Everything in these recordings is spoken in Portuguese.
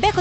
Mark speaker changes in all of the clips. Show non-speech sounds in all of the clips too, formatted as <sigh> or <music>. Speaker 1: Papo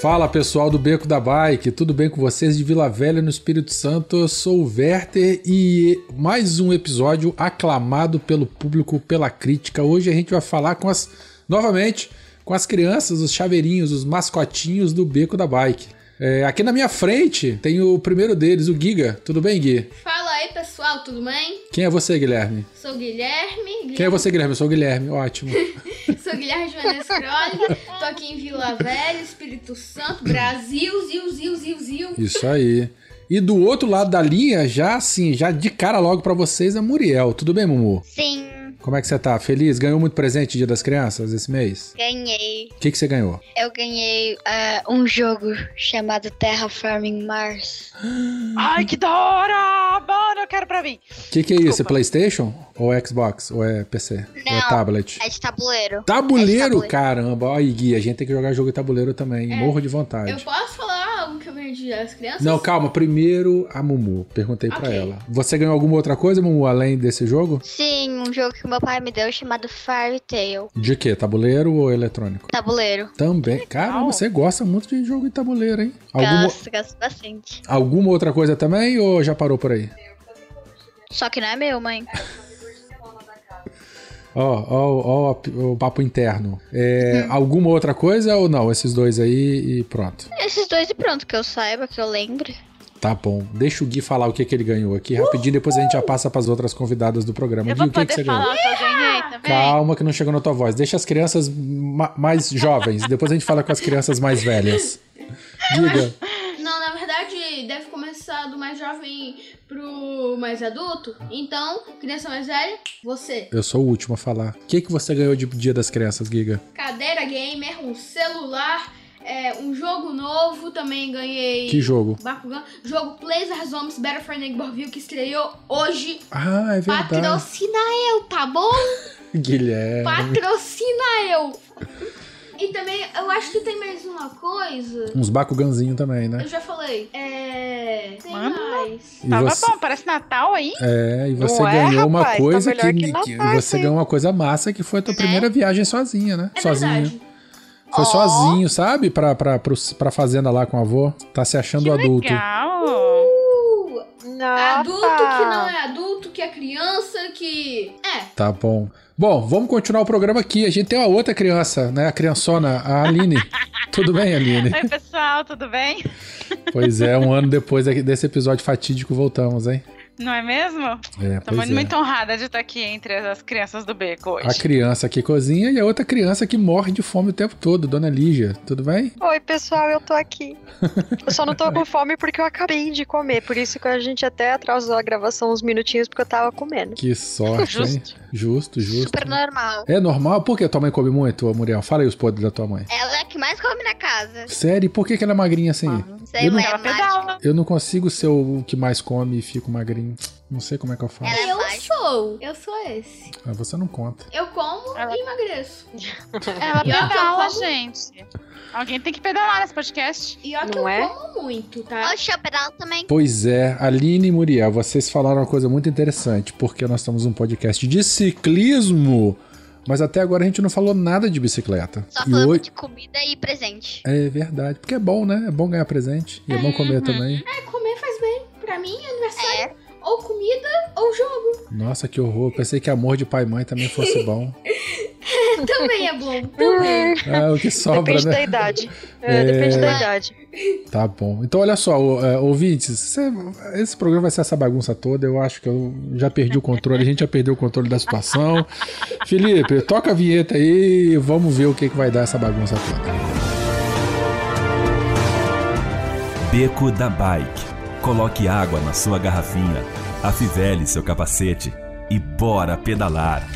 Speaker 2: Fala pessoal do Beco da Bike, tudo bem com vocês de Vila Velha no Espírito Santo? Eu sou o Werther e mais um episódio aclamado pelo público, pela crítica. Hoje a gente vai falar com as novamente com as crianças, os chaveirinhos, os mascotinhos do Beco da Bike. É, aqui na minha frente tem o primeiro deles, o Giga. Tudo bem, Gui?
Speaker 3: Fala aí, pessoal, tudo bem?
Speaker 2: Quem é você, Guilherme?
Speaker 3: Sou Guilherme. Guilherme
Speaker 2: Quem é você, Guilherme? Eu sou o Guilherme, ótimo.
Speaker 3: Sou Guilherme Joanes Crowley. Tô aqui em Vila Velha, Espírito Santo, Brasil, Zil, Zil, Zil, Zil.
Speaker 2: Isso aí. E do outro lado da linha, já assim, já de cara logo pra vocês, a Muriel. Tudo bem, Mumu?
Speaker 4: Sim,
Speaker 2: Como é que você tá? Feliz? Ganhou muito presente Dia das Crianças esse mês?
Speaker 4: ganhei.
Speaker 2: O que, que você ganhou?
Speaker 4: Eu ganhei ah, um jogo chamado Terraforming Mars.
Speaker 2: Uhum.
Speaker 5: Ai, que da hora! Mano, eu quero pra mim.
Speaker 2: O que, que é isso? É
Speaker 5: Desculpa.
Speaker 2: PlayStation? Ou é Xbox? Ou é PC? Ou é
Speaker 4: Não,
Speaker 2: tablet?
Speaker 4: É de tabuleiro. é de
Speaker 2: Tabuleiro?
Speaker 4: tabuleiro.
Speaker 2: Caramba, ó, aí, Gui, a gente tem que jogar jogo de tabuleiro também. Morro de vontade.
Speaker 3: Eu posso falar algo que eu vendi às crianças?
Speaker 2: Não, calma. Primeiro a Mumu. Perguntei pra
Speaker 3: Ok.
Speaker 2: ela. Você ganhou alguma outra coisa, Mumu, além desse jogo?
Speaker 4: Sim, um jogo que meu pai me deu chamado Fairy Tail.
Speaker 2: De quê? Tabuleiro ou eletrônico?
Speaker 4: Tabuleiro.
Speaker 2: Também. Caramba, você gosta muito de jogo de tabuleiro, hein? Alguma,
Speaker 4: Gosto, gosto bastante.
Speaker 2: alguma outra coisa também ou já parou por aí?
Speaker 4: Só que não é meu, mãe.
Speaker 2: Ó, ó, ó, o papo interno. É, Alguma outra coisa ou não? Esses dois aí e pronto.
Speaker 4: Esses dois e pronto, que eu saiba, que eu lembre.
Speaker 2: Tá bom. Deixa o Gui falar o que, que ele ganhou aqui rapidinho, depois a gente já passa pras outras convidadas do programa.
Speaker 5: Eu
Speaker 2: Gui,
Speaker 5: vou
Speaker 2: o que,
Speaker 5: poder
Speaker 2: que você ganhou?
Speaker 5: falar que eu
Speaker 4: Ah.
Speaker 5: ganhei
Speaker 4: tá
Speaker 5: também.
Speaker 2: Calma que não chegou na tua voz. Deixa as crianças ma- mais jovens, depois a gente fala com as crianças mais velhas. Diga.
Speaker 3: Não, na verdade, deve começar do mais jovem pro mais adulto. Então, criança mais velha, você.
Speaker 2: Eu sou o último a falar. O que, que você ganhou de Dia das Crianças, Giga?
Speaker 3: Cadeira gamer, um celular, é, um jogo novo. Também ganhei.
Speaker 2: Que jogo?
Speaker 3: Bakugan. Jogo Blazer Zombies Battle for Neighborville que estreou hoje.
Speaker 2: Ah, é verdade.
Speaker 3: Patrocina eu, tá bom?
Speaker 2: Guilherme.
Speaker 3: Patrocina eu! E também, eu acho que tem mais uma coisa.
Speaker 2: Uns bacuganzinho também, né?
Speaker 3: Eu já falei. É. Tem
Speaker 5: Manda.
Speaker 3: mais.
Speaker 2: E
Speaker 5: Tava
Speaker 2: você-
Speaker 5: bom, parece Natal aí.
Speaker 2: É, e você
Speaker 5: Não é,
Speaker 2: ganhou uma
Speaker 5: rapaz? Tá
Speaker 2: coisa que,
Speaker 5: melhor que Né? na
Speaker 2: que-
Speaker 5: parte.
Speaker 2: você ganhou uma coisa massa que foi a tua primeira viagem sozinha, né?
Speaker 3: É
Speaker 2: sozinho.
Speaker 3: verdade.
Speaker 2: Foi
Speaker 4: Ó.
Speaker 2: sozinho, sabe? Pra, pra, pros- pra fazenda lá com a avó. Tá se achando
Speaker 5: Que
Speaker 2: adulto.
Speaker 5: legal.
Speaker 3: Uh,
Speaker 5: Nossa.
Speaker 3: adulto que não é adulto, que é criança, que. É.
Speaker 2: Tá bom. Bom, vamos continuar o programa aqui. A gente tem uma outra criança, né? A criançona, a
Speaker 5: <laughs>
Speaker 2: Aline. Tudo bem, Aline?
Speaker 5: Oi, pessoal, tudo bem?
Speaker 2: Pois é, um ano depois daqui- desse episódio fatídico voltamos, hein?
Speaker 5: Não é mesmo?
Speaker 2: É,
Speaker 5: Tô
Speaker 2: pois é.
Speaker 5: muito honrada de estar aqui entre as crianças do beco
Speaker 2: A
Speaker 5: hoje.
Speaker 2: criança que cozinha e a outra criança que morre de fome o tempo todo, Dona Lígia. Tudo bem?
Speaker 6: Oi, pessoal, eu tô aqui. Eu só não tô com fome porque eu acabei de comer, por isso que a gente até atrasou a gravação uns minutinhos porque eu tava comendo.
Speaker 2: Que sorte, hein?
Speaker 5: Justo.
Speaker 2: Justo, justo.
Speaker 4: Super normal.
Speaker 2: É normal? Por que tua mãe come muito, ô, Muriel? Fala aí os podres da tua mãe.
Speaker 4: Ela é a que mais come na casa.
Speaker 2: Sério, e por que, que ela é magrinha assim?
Speaker 4: Sei
Speaker 2: Eu não-
Speaker 4: lá, é
Speaker 5: Ela
Speaker 4: mágica.
Speaker 5: pedala.
Speaker 2: Eu não consigo ser o que mais come e fico magrinho. Não sei como é que eu faço.
Speaker 4: Ela é
Speaker 3: eu
Speaker 4: mágica.
Speaker 3: sou. Eu sou esse.
Speaker 2: Ah, você não conta.
Speaker 3: Eu como
Speaker 5: Ela-
Speaker 3: e emagreço.
Speaker 5: Ela
Speaker 3: E olha que eu
Speaker 5: pedala,
Speaker 3: como-
Speaker 5: gente. Alguém tem que pedalar nesse podcast.
Speaker 3: E ó, que
Speaker 6: Não
Speaker 3: eu
Speaker 6: é?
Speaker 3: como muito, tá?
Speaker 4: Oxe, eu pedalo também.
Speaker 2: Pois é, Aline e Muriel, vocês falaram uma coisa muito interessante, porque nós estamos um podcast de ciclismo, mas até agora a gente não falou nada de bicicleta.
Speaker 4: Só
Speaker 2: e
Speaker 4: falamos
Speaker 2: hoje...
Speaker 4: de comida e presente.
Speaker 2: É verdade, porque é bom, né? É bom ganhar presente e é bom
Speaker 4: Uhum.
Speaker 2: comer também.
Speaker 3: É, comer faz bem. Pra mim, aniversário. Ou comida ou jogo. <laughs>
Speaker 2: Nossa, que horror. Pensei que amor de pai e mãe também fosse
Speaker 4: <laughs>
Speaker 2: bom.
Speaker 3: Também é bom. Também.
Speaker 2: É, o que sobra,
Speaker 6: Ah, depende
Speaker 2: né?
Speaker 6: da idade. É,
Speaker 2: É.
Speaker 6: Depende da idade.
Speaker 2: Tá bom. Então, olha só, ô- é, ouvintes, cê- esse programa vai ser essa bagunça toda. Eu acho que eu já perdi o controle, a gente já perdeu o controle da situação. Felipe, toca a vinheta aí e vamos ver o que, que vai dar essa bagunça toda.
Speaker 7: Beco da Bike. Coloque água na sua garrafinha, afivele seu capacete e bora pedalar.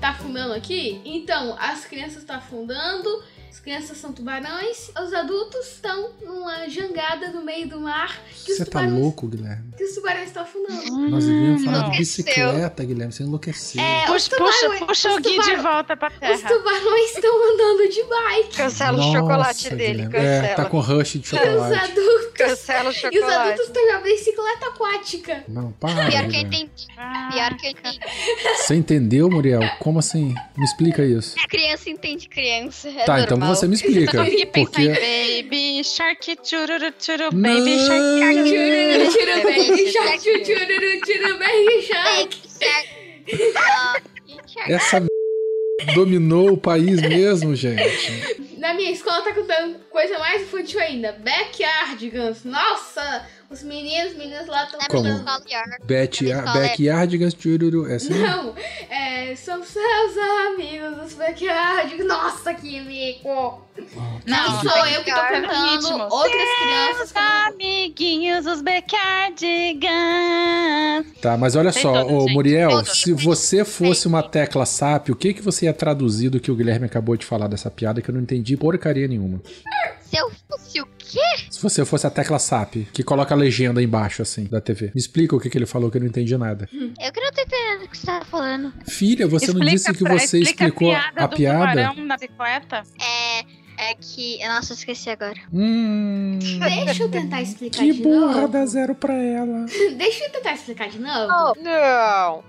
Speaker 3: tá aqui. Então, as crianças estão afundando, as crianças são tubarões, os adultos estão numa jangada no meio do mar que os
Speaker 2: Você tá
Speaker 3: tubarões-
Speaker 2: louco, Guilherme.
Speaker 3: que os tubarões estão afundando.
Speaker 2: Nós devíamos falar de
Speaker 4: enlouqueceu.
Speaker 2: bicicleta, Guilherme. Você enlouqueceu.
Speaker 3: É, os
Speaker 5: Puxa, puxa,
Speaker 3: tubarões-
Speaker 5: puxa o
Speaker 3: os
Speaker 5: Gui de
Speaker 3: tubarões-
Speaker 5: volta pra
Speaker 3: Os
Speaker 5: terra.
Speaker 3: tubarões estão andando de bike.
Speaker 6: Cancela o
Speaker 2: Nossa,
Speaker 6: tá chocolate dele,
Speaker 2: Guilherme.
Speaker 6: cancela.
Speaker 2: É, tá com rush de
Speaker 3: E os
Speaker 2: chocolate.
Speaker 3: adultos.
Speaker 6: Cancela o
Speaker 3: E os
Speaker 6: chocolate.
Speaker 3: adultos estão na bicicleta aquática.
Speaker 2: Não, para.
Speaker 4: Pior que eu
Speaker 2: Guilherme.
Speaker 4: entendi.
Speaker 5: Ah,
Speaker 4: Pior que eu entendi.
Speaker 2: Você entendeu, Muriel? Como assim? Me explica isso.
Speaker 4: Criança entende criança. É
Speaker 2: tá,
Speaker 4: normal.
Speaker 2: então você me explica.
Speaker 5: consegui pensar em
Speaker 2: Porque.
Speaker 5: Baby Shark, chururu, churu, Baby Shark.
Speaker 2: Não.
Speaker 3: Tchururu, tchururu, baby shark, tchururu, tchururu, baby shark.
Speaker 2: Essa m- dominou o país mesmo, gente.
Speaker 3: Na minha escola tá contando coisa mais infantil ainda. Backyardigans. Nossa, os meninos, meninas lá estão
Speaker 4: Na
Speaker 2: Como?
Speaker 4: minha escola, pior.
Speaker 2: Backyard-
Speaker 4: escola é-
Speaker 2: Backyardigans, chururu. Essa é
Speaker 3: Não, é, são seus amigos, os backyardigans. Nossa, que mico. É. Não,
Speaker 4: Não,
Speaker 3: sou eu que tô
Speaker 6: backyard
Speaker 3: cantando
Speaker 5: ritmo.
Speaker 4: É,
Speaker 3: outras crianças. cantando.
Speaker 5: Amiguinhos, os Becardigans.
Speaker 2: Tá, mas olha
Speaker 5: Tem
Speaker 2: só,
Speaker 5: todas,
Speaker 2: ô,
Speaker 5: gente.
Speaker 2: Muriel,
Speaker 4: Todas.
Speaker 2: se você fosse uma tecla SAP, o que, que você ia traduzir do que o Guilherme acabou de falar dessa piada que eu não entendi porcaria nenhuma?
Speaker 4: Se eu fosse o quê?
Speaker 2: Se você fosse a tecla SAP, que coloca a legenda embaixo, assim, da TV. Me explica o que, que ele falou que eu não entendi nada.
Speaker 4: Eu que não tô entendendo o que você tá falando.
Speaker 2: Filha, você não disse que você explicou a piada?
Speaker 5: do tubarão na bicicleta?
Speaker 4: É, é que. Nossa, eu esqueci agora.
Speaker 2: Hum,
Speaker 3: Deixa eu tentar explicar
Speaker 2: que
Speaker 3: de
Speaker 2: burra,
Speaker 3: novo.
Speaker 2: dá zero pra ela.
Speaker 3: Deixa eu tentar explicar de novo.
Speaker 6: Não.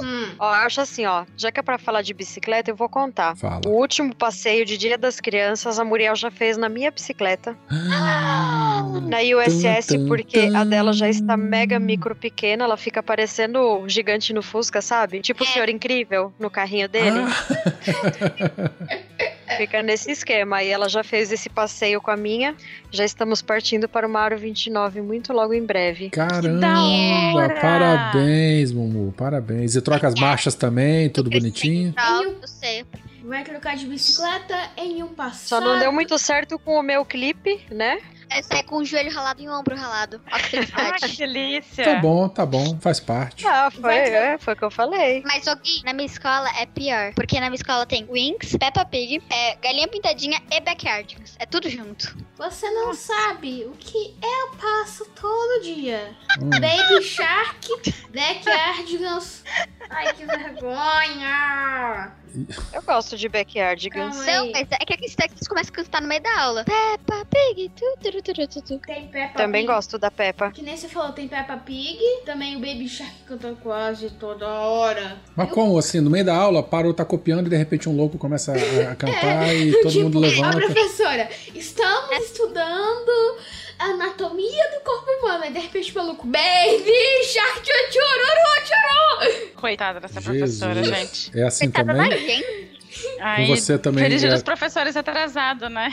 Speaker 3: Hum.
Speaker 6: Ó, eu acho assim, ó. Já que é pra falar de bicicleta, eu vou contar.
Speaker 2: Fala.
Speaker 6: O último passeio de Dia das Crianças, a Muriel já fez na minha bicicleta,
Speaker 3: Ah!
Speaker 6: na USS,
Speaker 2: tum,
Speaker 6: porque a
Speaker 2: tum.
Speaker 6: dela já está mega micro pequena, ela fica parecendo um gigante no Fusca, sabe? Tipo o Senhor Incrível no carrinho dele.
Speaker 2: Ah,
Speaker 6: <laughs> Fica nesse esquema. E ela já fez esse passeio com a minha. Já estamos partindo para o Aro 29 muito logo em breve.
Speaker 5: da
Speaker 2: caramba,
Speaker 5: hora.
Speaker 2: parabéns, Mumu, parabéns. E troca as marchas também, tudo bonitinho.
Speaker 4: Tchau,
Speaker 3: Eu-
Speaker 4: eu sei.
Speaker 3: Vai trocar de bicicleta em um passado.
Speaker 6: Só não deu muito certo com o meu clipe, né?
Speaker 4: Eu saí É, com o joelho ralado e o
Speaker 3: <laughs>
Speaker 4: ombro ralado. Ó, que
Speaker 5: Ah,
Speaker 4: felicidade.
Speaker 5: que delícia.
Speaker 2: Tá bom, tá bom, faz parte.
Speaker 4: Tá,
Speaker 6: Ah, foi,
Speaker 3: Vai ter-
Speaker 6: é, foi o que eu falei.
Speaker 4: Mas, ô Gui, na minha escola é pior. Porque na minha escola tem Wings, Peppa Pig, é, Galinha Pintadinha e Backyardigans. É tudo junto.
Speaker 3: Você não sabe o que eu passo todo dia.
Speaker 2: Hum.
Speaker 3: Baby Shark, Backyardigans. Ai, que vergonha.
Speaker 6: Eu gosto de backyardigans.
Speaker 3: Calma
Speaker 4: Não,
Speaker 3: aí.
Speaker 4: mas é que aqueles textos começam a cantar no meio da aula. Peppa Pig, tu, tu, tu, tu, tu, tu.
Speaker 3: Tem Peppa
Speaker 6: Também
Speaker 3: Pig.
Speaker 6: gosto da Peppa.
Speaker 3: Que nem você falou, tem Peppa Pig. Também o Baby Shark canta quase toda hora.
Speaker 2: Mas como assim? No meio da aula, parou, tá copiando e de repente um louco começa a, a cantar
Speaker 4: <laughs>
Speaker 2: e todo
Speaker 3: tipo,
Speaker 2: mundo
Speaker 3: <laughs> a
Speaker 2: levanta.
Speaker 3: professora, estamos estudando a anatomia do corpo humano. Aí de repente o maluco, Baby Shark, tchururu,
Speaker 5: Coitada dessa
Speaker 2: Jesus.
Speaker 5: professora, gente.
Speaker 2: É assim
Speaker 4: Coitada da
Speaker 2: também?
Speaker 4: gente.
Speaker 2: Com
Speaker 5: Aí,
Speaker 2: você também.
Speaker 5: feliz dia
Speaker 2: é-
Speaker 5: dos professores atrasado, né?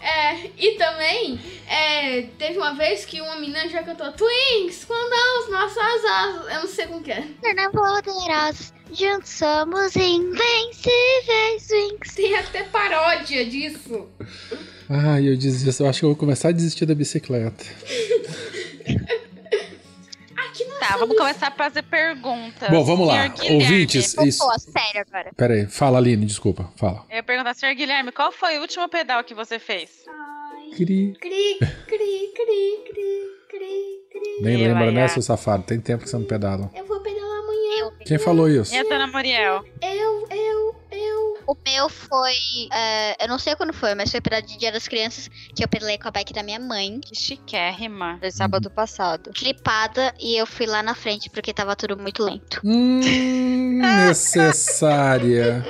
Speaker 3: É, e também é, teve uma vez que uma menina já cantou Twins, quando as nossas asas. Eu não sei com que é.
Speaker 4: Tornam poderosos, juntos somos invencíveis, Wings.
Speaker 3: Tem até paródia disso.
Speaker 2: Ai, eu desisto. Eu acho que eu vou começar a desistir da bicicleta.
Speaker 5: Tá, vamos começar a fazer perguntas.
Speaker 2: Bom, vamos lá.
Speaker 5: Tá, Senhor Guilherme,
Speaker 2: Ouvintes, isso.
Speaker 4: Pô, sério agora.
Speaker 2: Pera aí, fala, Aline, desculpa, fala.
Speaker 5: Eu ia perguntar, senhor Guilherme, qual foi o último pedal que você fez?
Speaker 2: Cri.
Speaker 3: Cri, cri, cri, cri, cri, cri.
Speaker 2: Nem
Speaker 5: Ela
Speaker 2: lembra, né,
Speaker 5: é.
Speaker 2: seu safado? Tem tempo que você não pedala.
Speaker 3: Eu vou pedalar amanhã.
Speaker 2: Quem falou isso?
Speaker 5: E a dona Muriel?
Speaker 3: Eu, eu, eu.
Speaker 4: O meu foi. é, eu não sei quando foi, mas foi pra Dia das Crianças que eu pedalei com a bike da minha mãe,
Speaker 5: Que chiquérrima.
Speaker 6: Foi sábado passado.
Speaker 4: clipada, e eu fui lá na frente porque tava tudo muito lento.
Speaker 6: <laughs>
Speaker 2: Hum, necessária.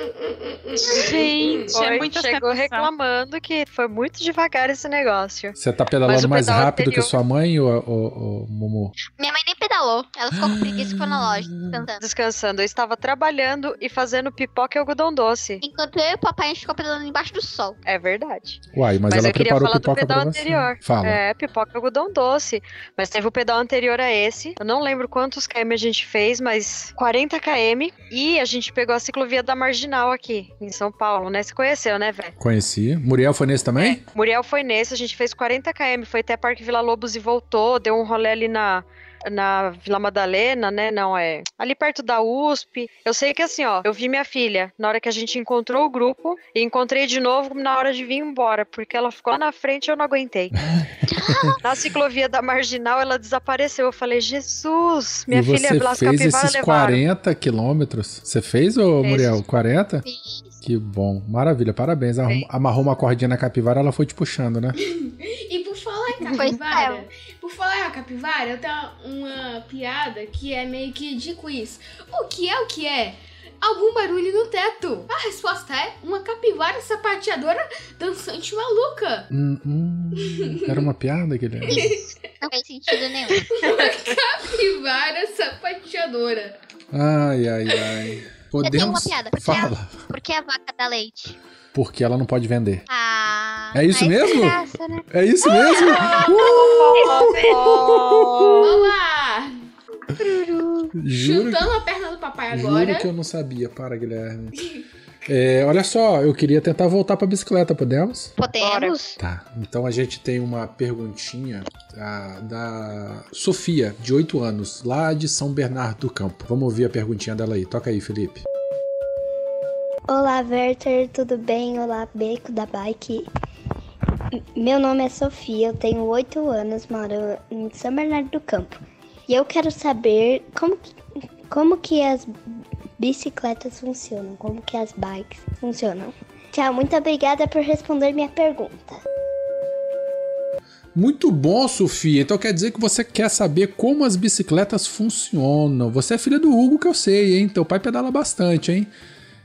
Speaker 5: Gente,
Speaker 6: Foi,
Speaker 5: é muita
Speaker 6: chegou
Speaker 5: sensação.
Speaker 6: reclamando que foi muito devagar esse negócio.
Speaker 2: Você tá
Speaker 6: Mas
Speaker 2: pedalando
Speaker 6: o
Speaker 2: mais
Speaker 6: pedal
Speaker 2: rápido que
Speaker 6: anterior-
Speaker 2: sua mãe, ô, ô, ô, Mumu?
Speaker 4: Minha mãe nem pedalou, ela ficou com preguiça e foi na loja,
Speaker 2: Ah.
Speaker 4: cantando.
Speaker 6: Descansando, eu estava trabalhando e fazendo pipoca e algodão doce.
Speaker 4: Enquanto eu e o papai a gente ficou pedalando embaixo do sol.
Speaker 6: É verdade.
Speaker 2: Uai, mas,
Speaker 6: Mas
Speaker 2: ela
Speaker 6: eu queria
Speaker 2: preparou
Speaker 6: falar do
Speaker 2: pipoca pra
Speaker 6: pedal
Speaker 2: você.
Speaker 6: anterior.
Speaker 2: Fala.
Speaker 6: É, pipoca e algodão doce. Mas teve o pedal anterior a esse. Eu não lembro quantos km a gente fez, mas 40 km. E a gente pegou a ciclovia da Marginal aqui, em São Paulo, né? Você conheceu, né, velho?
Speaker 2: Conheci. Muriel foi nesse
Speaker 6: É.
Speaker 2: também?
Speaker 6: Muriel foi nesse, a gente fez 40 km, foi até Parque Vila Lobos e voltou, deu um rolê ali na na Vila Madalena, né? Não, é ali perto da USP. Eu sei que assim, ó, eu vi minha filha na hora que a gente encontrou o grupo e encontrei de novo na hora de vir embora, porque ela ficou lá na frente e eu não aguentei.
Speaker 2: <laughs>
Speaker 6: na ciclovia da Marginal, ela desapareceu. Eu falei, Jesus, minha
Speaker 2: e você
Speaker 6: filha pelas
Speaker 2: fez
Speaker 6: capivaras
Speaker 2: esses
Speaker 6: levaram.
Speaker 2: 40 quilômetros? Você fez, ô
Speaker 6: Fiz.
Speaker 2: Muriel? 40?
Speaker 4: Fiz.
Speaker 2: Que bom. Maravilha, parabéns. Arrum-
Speaker 6: Bem.
Speaker 2: Amarrou uma cordinha na capivara, ela foi te puxando, né?
Speaker 3: E por falar em
Speaker 2: é.
Speaker 4: Pois
Speaker 3: capivara, por falar em capivara, eu tenho uma piada que é meio que de quiz. O que é o que é? Algum barulho no teto. A resposta é uma capivara sapateadora
Speaker 2: <laughs>
Speaker 3: dançante maluca.
Speaker 2: Hum, hum. Era uma piada, Guilherme?
Speaker 4: Não faz sentido nenhum.
Speaker 3: Capivara sapateadora.
Speaker 2: Ai, ai, ai.
Speaker 4: Eu
Speaker 2: Podemos...
Speaker 4: tenho uma piada. Porque a,
Speaker 2: Fala.
Speaker 4: porque a vaca dá leite.
Speaker 2: Porque ela não pode vender.
Speaker 4: Ah.
Speaker 2: É isso
Speaker 4: aí
Speaker 2: mesmo?
Speaker 4: Graça, né?
Speaker 2: É isso
Speaker 4: <laughs>
Speaker 2: mesmo?
Speaker 3: Olá!
Speaker 2: Uh, juro,
Speaker 3: Chutando a perna do papai
Speaker 2: juro
Speaker 3: agora.
Speaker 2: que eu não sabia. Para, Guilherme. É, olha só, eu queria tentar voltar pra bicicleta, podemos?
Speaker 4: Podemos?
Speaker 2: Tá, então a gente tem uma perguntinha da, da Sofia, de 8 anos, lá de São Bernardo do Campo. Vamos ouvir a perguntinha dela aí. Toca aí, Felipe.
Speaker 8: Olá, Werther, tudo bem? Olá, Beco da Bike. M- Meu nome é Sofia, eu tenho 8 anos, moro em São Bernardo do Campo. E eu quero saber como que, como que as bicicletas funcionam, como que as bikes funcionam. Tchau, muito obrigada por responder minha pergunta.
Speaker 2: Muito bom, Sofia. Então quer dizer que você quer saber como as bicicletas funcionam. Você é filha do Hugo, que eu sei, hein? Teu pai pedala bastante, hein?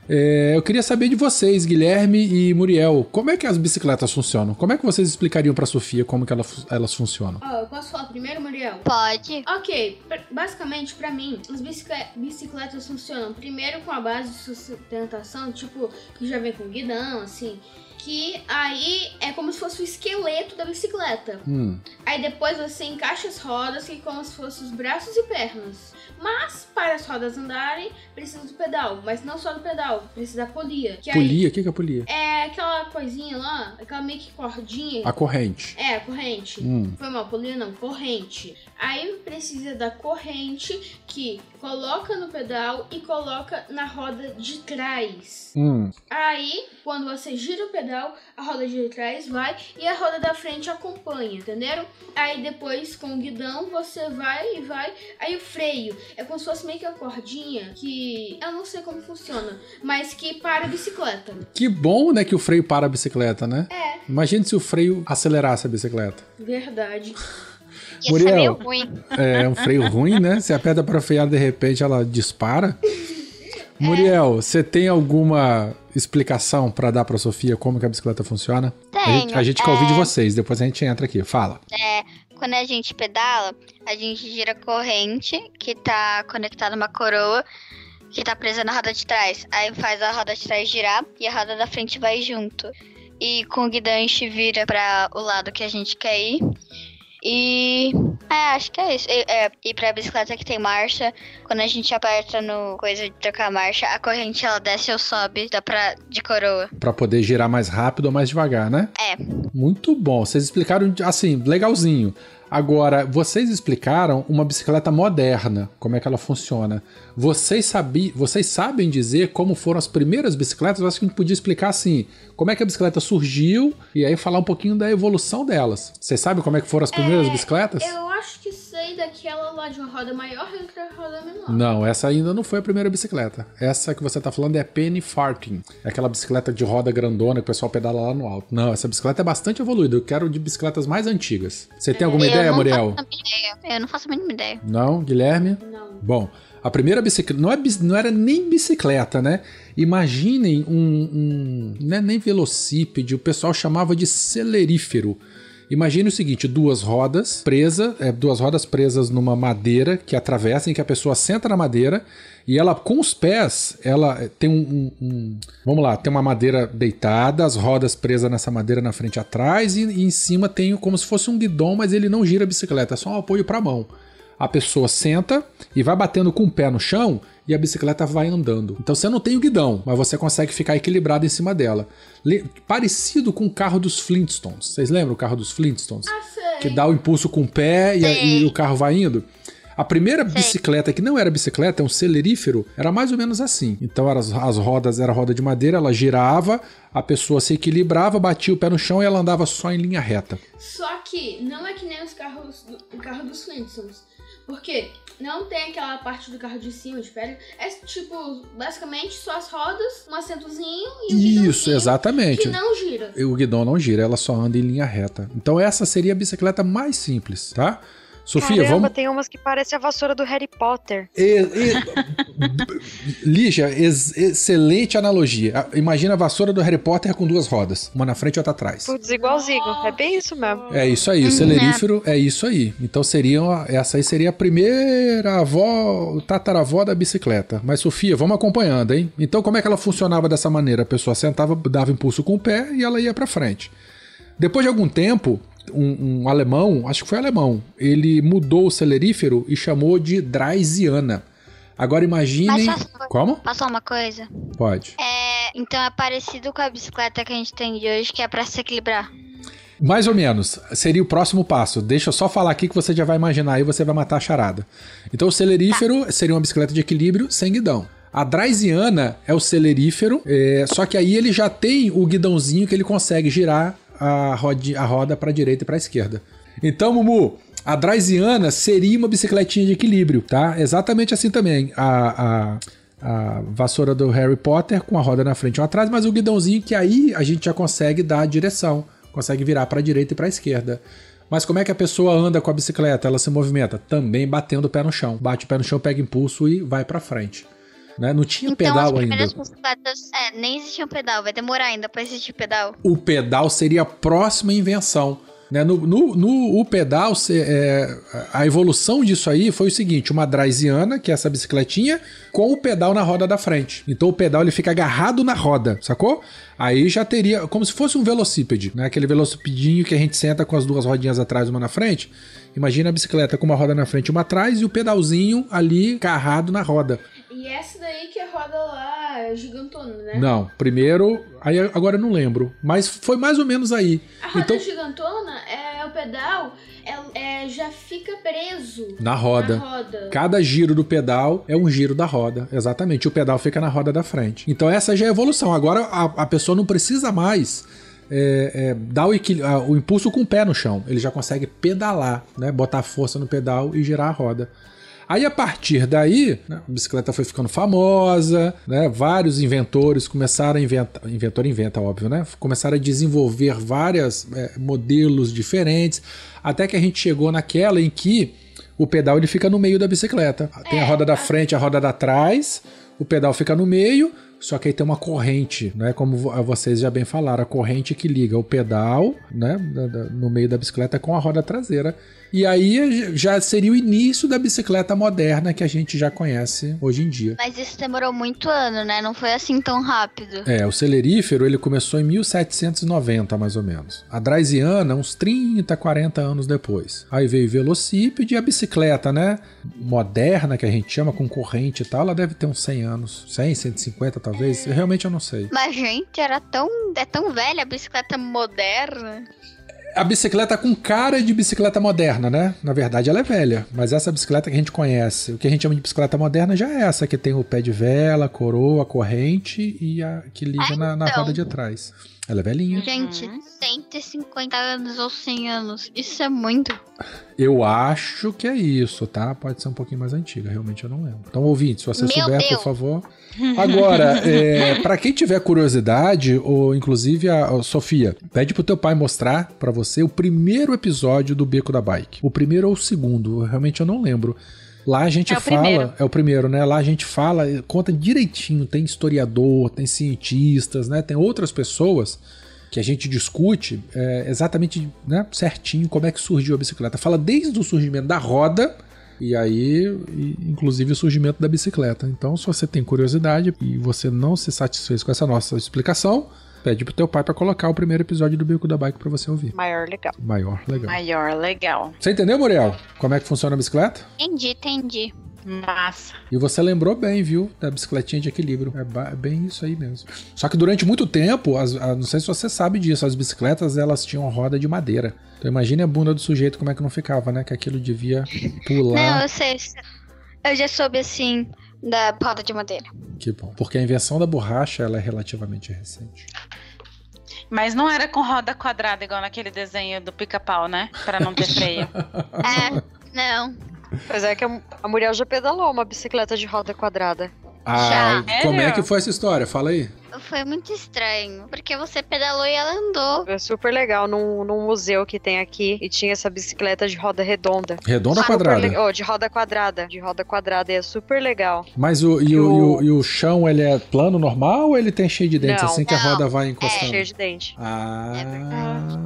Speaker 2: É, eu queria saber de vocês, Guilherme e Muriel, como é que as bicicletas funcionam? Como é que vocês explicariam pra Sofia como que ela fu- elas funcionam?
Speaker 3: Ó, eu posso falar primeiro, Muriel?
Speaker 4: Pode.
Speaker 3: Ok, pra- basicamente pra mim, as bicicle- bicicletas funcionam primeiro com a base de sustentação, tipo, que já vem com guidão, assim, que aí é como se fosse o esqueleto da bicicleta.
Speaker 2: Hum,
Speaker 3: Aí depois você encaixa as rodas, que é como se fossem os braços e pernas. Mas para as rodas andarem, precisa do pedal, mas não só do pedal, precisa da polia. Que aí
Speaker 2: polia? O que que é polia?
Speaker 3: é aquela coisinha lá, aquela meio que cordinha.
Speaker 2: A corrente.
Speaker 3: É, corrente.
Speaker 2: Hum.
Speaker 3: Foi mal, polia não, corrente. Aí precisa da corrente que coloca no pedal e coloca na roda de trás.
Speaker 2: Hum.
Speaker 3: Aí, quando você gira o pedal, a roda de trás vai e a roda da frente acompanha, entenderam? Aí depois, com o guidão, você vai e vai. Aí o freio é como se fosse meio que a cordinha que eu não sei como funciona, mas que para a bicicleta.
Speaker 2: Que bom, né, que o freio para a bicicleta, né?
Speaker 3: É,
Speaker 2: Imagina se o freio acelerasse a bicicleta.
Speaker 3: verdade.
Speaker 4: Ia
Speaker 2: Muriel.
Speaker 4: ser meio ruim.
Speaker 2: É um freio ruim, né? Você aperta para frear, de repente ela dispara. Muriel, você tem alguma explicação para dar para Sofia como que a bicicleta funciona? a gente,
Speaker 4: Tenho. É.
Speaker 2: a gente quer ouvir de vocês, depois a gente entra aqui. Fala.
Speaker 4: Quando a gente pedala, a gente gira a corrente que tá conectada a uma coroa que tá presa na roda de trás. Aí faz a roda de trás girar e a roda da frente vai junto. E com o guidão a gente vira pra o lado que a gente quer ir. E. É, acho que é isso. E, é, e pra bicicleta que tem marcha, quando a gente aperta no coisa de trocar a marcha, a corrente ela desce ou sobe dá pra, de coroa.
Speaker 2: Para poder girar mais rápido ou mais devagar, né?
Speaker 4: É.
Speaker 2: Muito bom. Vocês explicaram assim, legalzinho. Agora, vocês explicaram uma bicicleta moderna, como é que ela funciona. Vocês, sabi vocês sabem dizer como foram as primeiras bicicletas? Eu acho que a gente podia explicar assim, como é que a bicicleta surgiu e aí falar um pouquinho da evolução delas. Vocês sabem como é que foram as primeiras bicicletas?
Speaker 3: Eu acho que sei daquela lá de uma roda maior e outra roda menor.
Speaker 2: Não, essa ainda não foi a primeira bicicleta. Essa que você tá falando é a Penny Farting. É aquela bicicleta de roda grandona que o pessoal pedala lá no alto. Não, essa bicicleta é bastante evoluída. Eu quero de bicicletas mais antigas. Você tem alguma
Speaker 4: É, Eu
Speaker 2: ideia,
Speaker 4: não
Speaker 2: Muriel?
Speaker 4: faço a mínima ideia. Eu não faço a mínima ideia.
Speaker 2: Não, Guilherme?
Speaker 3: Não.
Speaker 2: Bom, a primeira bicicleta. Não, é bis- não era nem bicicleta, né? Imaginem um. um- não é nem velocípede, o pessoal chamava de celerífero. Imagine o seguinte: duas rodas presas, é, duas rodas presas numa madeira que atravessa, em que a pessoa senta na madeira e ela, com os pés, ela eh, tem um. um- um- vamos lá, tem uma madeira deitada, as rodas presas nessa madeira na frente e atrás, e, e em cima tem como se fosse um guidão, mas ele não gira a bicicleta, é só um apoio para a mão. A pessoa senta e vai batendo com o pé no chão e a bicicleta vai andando. Então você não tem o guidão, mas você consegue ficar equilibrado em cima dela. Le- Parecido com o carro dos Flintstones. Vocês lembram o carro dos Flintstones?
Speaker 3: Ah, sei.
Speaker 2: Que dá o impulso com o pé e, a- e o carro vai indo. A primeira bicicleta, que não era bicicleta, é um celerífero, era mais ou menos assim. Então era as, as rodas, era roda de madeira, ela girava, a pessoa se equilibrava, batia o pé no chão e ela andava só em linha reta.
Speaker 3: Só que não é que nem os carros, o carro dos Flintstones. Porque não tem aquela parte do carro de cima de pedra. É tipo, basicamente, só as rodas, um assentozinho e um
Speaker 2: Isso,
Speaker 3: guidãozinho
Speaker 2: exatamente.
Speaker 3: Que não gira.
Speaker 2: O guidão não gira, ela só anda em linha reta. Então essa seria a bicicleta mais simples, tá? Sofia,
Speaker 6: Caramba,
Speaker 2: vamos.
Speaker 6: tem umas que parecem a vassoura do Harry Potter.
Speaker 2: E- e- <laughs> Lígia, ex- excelente analogia. A- Imagina a vassoura do Harry Potter com duas rodas, uma na frente e outra atrás.
Speaker 6: Putz, igualzinho. É bem isso mesmo.
Speaker 2: É isso aí, o
Speaker 4: Uhum.
Speaker 2: celerífero é isso aí. Então seriam, a- essa aí seria a primeira avó, tataravó da bicicleta. Mas Sofia, vamos acompanhando, hein? Então como é que ela funcionava dessa maneira? A pessoa sentava, dava impulso com o pé e ela ia pra frente. Depois de algum tempo, um, um alemão, acho que foi alemão, ele mudou o celerífero e chamou de Draisiana. Agora
Speaker 4: Mas
Speaker 2: imaginem...
Speaker 4: posso
Speaker 2: Como?
Speaker 4: posso falar uma coisa?
Speaker 2: Pode.
Speaker 4: É, então é parecido com a bicicleta que a gente tem de hoje, que é pra se equilibrar.
Speaker 2: Mais ou menos. Seria o próximo passo. Deixa eu só falar aqui que você já vai imaginar aí você vai matar a charada. Então o celerífero seria uma bicicleta de equilíbrio sem guidão. A draisiana é o celerífero, é, só que aí ele já tem o guidãozinho que ele consegue girar a, rodi- a roda para direita e para esquerda. Então, Mumu, a draisiana seria uma bicicletinha de equilíbrio, tá? Exatamente assim também. A- a, a vassoura do Harry Potter com a roda na frente ou atrás, mas o guidãozinho que aí a gente já consegue dar a direção, consegue virar para a direita e para a esquerda. Mas como é que a pessoa anda com a bicicleta? Ela se movimenta também batendo o pé no chão. Bate o pé no chão, pega impulso e vai para frente. né? Não tinha
Speaker 4: então as
Speaker 2: pedal ainda.
Speaker 4: primeiras bicicletas. É, nem existia um pedal, vai demorar ainda pra existir pedal.
Speaker 2: o pedal seria a próxima invenção. né? No, no- no- o pedal, cê, é, a evolução disso aí foi o seguinte: uma draisiana, que é essa bicicletinha, com o pedal na roda da frente. Então o pedal ele fica agarrado na roda, sacou? Aí já teria, como se fosse um velocípede, né? aquele velocipedinho que a gente senta com as duas rodinhas atrás, uma na frente. Imagina a bicicleta com uma roda na frente e uma atrás e o pedalzinho ali carrado na roda.
Speaker 3: E essa daí que é a roda lá gigantona, né?
Speaker 2: Não, primeiro, aí agora eu não lembro, mas foi mais ou menos aí.
Speaker 3: A roda
Speaker 2: Então-
Speaker 3: gigantona, é, o pedal é, é, já fica preso
Speaker 2: Na roda.
Speaker 3: na roda.
Speaker 2: Cada giro do pedal é um giro da roda, exatamente. O pedal fica na roda da frente. Então essa já é a evolução. Agora a, a pessoa não precisa mais é, é, dar o, equil- a- o impulso com o pé no chão. Ele já consegue pedalar, né? Botar força no pedal e girar a roda. Aí a partir daí, né, a bicicleta foi ficando famosa, né, vários inventores começaram a inventar, inventor inventa, óbvio, né? Começaram a desenvolver vários modelos diferentes, até que a gente chegou naquela em que o pedal ele fica no meio da bicicleta. Tem a roda da frente, a roda da trás, o pedal fica no meio, só que aí tem uma corrente, né? Como vo- vocês já bem falaram, a corrente que liga o pedal, né, da- da- no meio da bicicleta com a roda traseira. E aí já seria o início da bicicleta moderna que a gente já conhece hoje em dia.
Speaker 4: Mas isso demorou muito ano, né? Não foi assim tão rápido.
Speaker 2: É, o celerífero ele começou em 1790, mais ou menos. A draisiana, uns 30, 40 anos depois. Aí veio o velocípede e a bicicleta, né? Moderna, que a gente chama, com corrente e tal, ela deve ter uns 100 anos. 100, 150 talvez? Realmente eu não sei.
Speaker 4: Mas, gente, era tão. É tão velha a bicicleta moderna.
Speaker 2: A bicicleta com cara de bicicleta moderna, né? Na verdade ela é velha, mas essa bicicleta que a gente conhece, o que a gente chama de bicicleta moderna já é essa, que tem o pé de vela, coroa, corrente e a que liga
Speaker 4: Ah,
Speaker 2: na, na
Speaker 4: então.
Speaker 2: roda de trás. Ela é velhinha.
Speaker 4: Gente, 150 anos ou 100 anos. Isso é muito.
Speaker 2: Eu acho que é isso, tá? Pode ser um pouquinho mais antiga, realmente eu não lembro. Então, ouvinte, se você
Speaker 4: Meu
Speaker 2: souber,
Speaker 4: Deus.
Speaker 2: por favor.
Speaker 4: <laughs>
Speaker 2: Agora, é, para quem tiver curiosidade, ou inclusive a, a Sofia, pede pro teu pai mostrar pra você o primeiro episódio do Beco da Bike. O primeiro ou o segundo, eu realmente eu não lembro. Lá a gente
Speaker 5: É o
Speaker 2: fala,
Speaker 5: primeiro.
Speaker 2: é o primeiro, né? Lá a gente fala, conta direitinho, tem historiador, tem cientistas, né? Tem outras pessoas que a gente discute é, exatamente né, certinho como é que surgiu a bicicleta. Fala desde o surgimento da roda e aí, e, inclusive, o surgimento da bicicleta. Então, se você tem curiosidade e você não se satisfez com essa nossa explicação, pede pro teu pai pra colocar o primeiro episódio do Bico da Bike pra você ouvir.
Speaker 5: Maior legal.
Speaker 2: Maior, legal.
Speaker 5: Maior legal.
Speaker 2: Você entendeu, Muriel? Como é que funciona a bicicleta?
Speaker 4: Entendi, entendi.
Speaker 5: Massa.
Speaker 2: E você lembrou bem, viu? Da bicicletinha de equilíbrio. É, ba- é bem isso aí mesmo. Só que durante muito tempo, as- a- não sei se você sabe disso, as bicicletas elas tinham roda de madeira. Então imagine a bunda do sujeito como é que não ficava, né? Que aquilo devia
Speaker 4: Não,
Speaker 2: pular.
Speaker 4: eu sei. Eu já soube assim da roda de madeira.
Speaker 2: Que bom. Porque a invenção da borracha ela é relativamente recente.
Speaker 5: Mas não era com roda quadrada, igual naquele desenho do pica-pau, né? Pra não ter freio.
Speaker 4: É, não.
Speaker 6: Pois é que a a Muriel já pedalou uma bicicleta de roda quadrada.
Speaker 2: Ah,
Speaker 5: Já.
Speaker 2: como é
Speaker 5: Sério?
Speaker 2: que foi essa história? Fala aí.
Speaker 4: Foi muito estranho. Porque você pedalou e ela andou.
Speaker 6: É super legal num, num museu que tem aqui e tinha essa bicicleta de roda redonda.
Speaker 2: Redonda ou
Speaker 6: Super
Speaker 2: quadrada?
Speaker 6: le- oh, de roda quadrada. De roda quadrada. E é super legal.
Speaker 2: Mas o, e, o, e o- e o chão, ele é plano, normal, ou ele tem cheio de dentes,
Speaker 6: Não.
Speaker 2: assim que a
Speaker 4: Não.
Speaker 2: roda vai
Speaker 6: É
Speaker 2: encostando?
Speaker 6: cheio de dente.
Speaker 2: Ah...
Speaker 4: É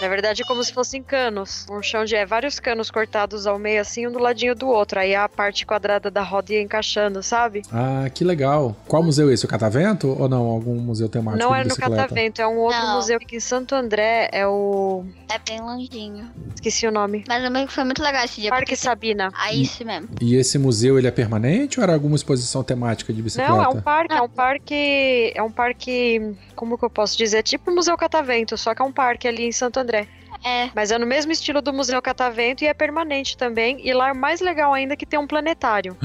Speaker 6: Na verdade, é como se fossem canos. Um chão de é, vários canos cortados ao meio, assim, um do ladinho do outro. Aí a parte quadrada da roda ia encaixando, sabe?
Speaker 2: Ah, que legal. Qual museu é esse? O Catavento ou não? Algum museu temático
Speaker 6: Não
Speaker 2: de
Speaker 6: é no
Speaker 2: bicicleta?
Speaker 6: Catavento, é um outro
Speaker 4: Não.
Speaker 6: museu que em Santo André é o.
Speaker 4: É bem longinho.
Speaker 6: Esqueci o nome.
Speaker 4: Mas também foi muito legal esse dia.
Speaker 6: Parque Sabina.
Speaker 4: porque- É isso mesmo.
Speaker 2: E esse museu, ele é permanente ou era alguma exposição temática de bicicleta?
Speaker 6: Não, é um parque, é um parque, é um parque, como que eu posso dizer, É tipo o Museu Catavento, só que é um parque ali em Santo André.
Speaker 4: É.
Speaker 6: Mas é no mesmo estilo do Museu Catavento e é permanente também. E lá é mais legal ainda que tem um
Speaker 2: <gasps>
Speaker 6: planetário.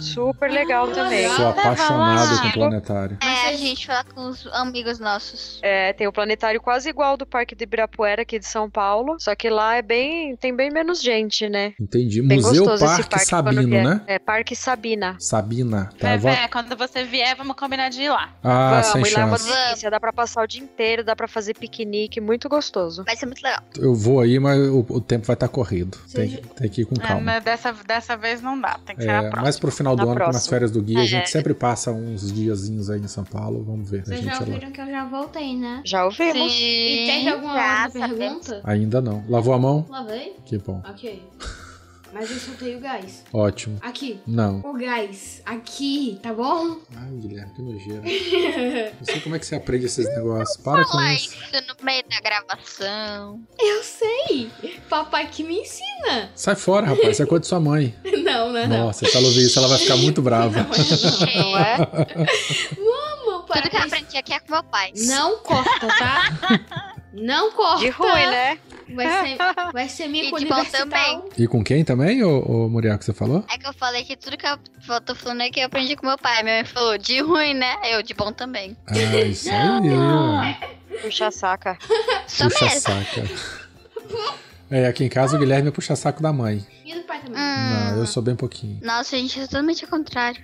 Speaker 6: Super legal também.
Speaker 2: Sou
Speaker 5: legal.
Speaker 2: apaixonado
Speaker 5: Leva lá.
Speaker 2: com planetário.
Speaker 4: É, a gente foi lá com os amigos nossos.
Speaker 6: É, tem o planetário quase igual ao do Parque do Ibirapuera aqui de São Paulo, só que lá é bem, tem bem menos gente, né?
Speaker 2: Entendi.
Speaker 6: Bem
Speaker 2: museu
Speaker 6: gostoso
Speaker 2: Parque,
Speaker 6: esse parque quando
Speaker 2: Sabino,
Speaker 6: vier.
Speaker 2: né?
Speaker 6: É, Parque Sabina.
Speaker 2: Sabina. <laughs> Tá,
Speaker 5: Vai
Speaker 2: eu vou-
Speaker 5: ver, é, quando você vier, vamos combinar de ir lá.
Speaker 2: Ah, sem
Speaker 6: Vamos, e lá é uma
Speaker 2: chance.
Speaker 6: delícia, dá pra passar o dia inteiro, dá pra fazer piquenique, muito gostoso.
Speaker 4: Vai ser muito legal.
Speaker 2: Eu vou aí, mas o, o tempo vai estar corrido. Tem,
Speaker 3: Seja-
Speaker 2: tem que ir com
Speaker 5: É,
Speaker 2: calma.
Speaker 5: mas dessa, dessa vez não dá, tem que ser a
Speaker 2: É,
Speaker 5: próxima.
Speaker 2: mas pro final do
Speaker 6: Na
Speaker 2: ano,
Speaker 6: próxima.
Speaker 2: nas férias do guia, a
Speaker 6: É.
Speaker 2: gente sempre passa uns diazinhos aí em São Paulo. Vamos ver. A
Speaker 3: Vocês
Speaker 2: gente
Speaker 3: já
Speaker 2: é lá.
Speaker 3: ouviram que eu já voltei, né?
Speaker 6: Já ouvimos.
Speaker 3: E teve alguma outra
Speaker 4: graças a Deus.
Speaker 3: pergunta?
Speaker 2: Ainda não. Lavou a mão?
Speaker 3: Lavei?
Speaker 2: Que bom.
Speaker 3: Ok. Mas eu soltei o gás.
Speaker 2: Ótimo.
Speaker 3: Aqui.
Speaker 2: Não.
Speaker 3: O gás. Aqui, tá bom? <laughs>
Speaker 2: Ai, Guilherme, que nojeira. Não sei como é que você aprende esses negócios. Para com
Speaker 4: Falar
Speaker 2: isso.
Speaker 4: isso no meio da gravação.
Speaker 3: Eu sei. Papai que me ensina.
Speaker 2: Sai fora, rapaz. Isso é coisa de sua mãe.
Speaker 3: Não, não, não.
Speaker 2: Nossa, se ela ouvir isso, ela vai ficar muito brava.
Speaker 3: Não, não.
Speaker 4: Não é?
Speaker 3: Vamos, para
Speaker 4: Tudo que eu
Speaker 3: com isso.
Speaker 4: aprendi aqui é com meu pai.
Speaker 3: Não corta, tá? Não corta.
Speaker 6: De ruim, né?
Speaker 3: Vai ser, vai ser
Speaker 4: E de
Speaker 3: mico
Speaker 4: bom
Speaker 3: universitário.
Speaker 2: E com quem também, ô, ô Muriel, que você falou?
Speaker 4: É que eu falei que tudo que eu tô falando aqui eu aprendi com meu pai. Minha mãe falou de ruim, né? Eu de bom também.
Speaker 2: Ah, isso aí. ó.
Speaker 6: Puxa saca.
Speaker 4: Só
Speaker 2: Puxa
Speaker 4: mesmo.
Speaker 2: saca. É, aqui em casa o Guilherme é puxa saco da mãe.
Speaker 3: E do pai também.
Speaker 2: Não,
Speaker 4: Hum.
Speaker 2: eu sou bem pouquinho.
Speaker 4: Nossa, gente, é totalmente ao contrário.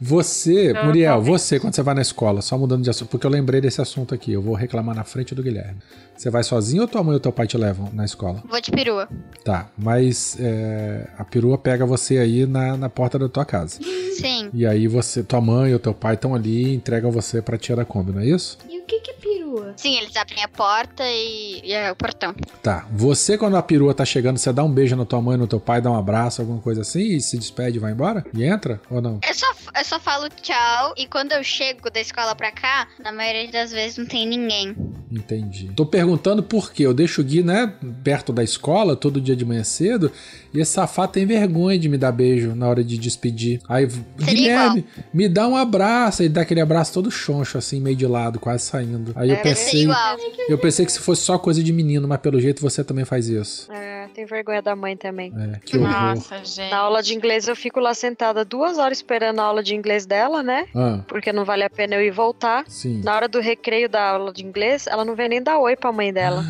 Speaker 2: Você,
Speaker 4: tá
Speaker 6: Eu
Speaker 2: Muriel,
Speaker 6: também.
Speaker 2: você, quando você vai na escola, só mudando de assunto, porque eu lembrei desse assunto aqui, eu vou reclamar na frente do Guilherme. Você vai sozinho ou tua mãe ou teu pai te levam na escola?
Speaker 4: Vou de perua.
Speaker 2: Tá, mas é, a perua pega você aí na, na porta da tua casa.
Speaker 4: Sim.
Speaker 2: E aí você, tua mãe ou teu pai estão ali e entregam você pra tia da Kombi, não é isso?
Speaker 3: E o que que é perua?
Speaker 4: Sim, eles abrem a porta e, e é o portão.
Speaker 2: Tá. Você, quando a perua tá chegando, você dá um beijo na tua mãe, no teu pai, dá um abraço, alguma coisa assim, e se despede e vai embora? E entra? Ou não?
Speaker 4: Eu só, eu só falo tchau e quando eu chego da escola pra cá, na maioria das vezes não tem ninguém.
Speaker 2: Entendi. Tô perguntando por quê. Eu deixo o Gui, né, perto da escola, todo dia de manhã cedo, e esse safado tem vergonha de me dar beijo na hora de despedir. Aí, Guilherme, me dá um abraço. Ele dá aquele abraço todo choncho, assim, meio de lado, quase saindo. Aí eu
Speaker 6: É,
Speaker 4: Deve ser
Speaker 2: pensei,
Speaker 4: igual.
Speaker 2: eu pensei que se fosse só coisa de menino, mas pelo jeito você também faz isso.
Speaker 6: É, tem vergonha da mãe também.
Speaker 2: É, que horror.
Speaker 5: Nossa, gente.
Speaker 6: Na aula de inglês eu fico lá sentada duas horas esperando a aula de inglês dela, né?
Speaker 2: Ah,
Speaker 6: Porque não vale a pena eu ir voltar.
Speaker 2: sim.
Speaker 6: Na hora do recreio da aula de inglês, ela não vem nem dar oi pra mãe dela.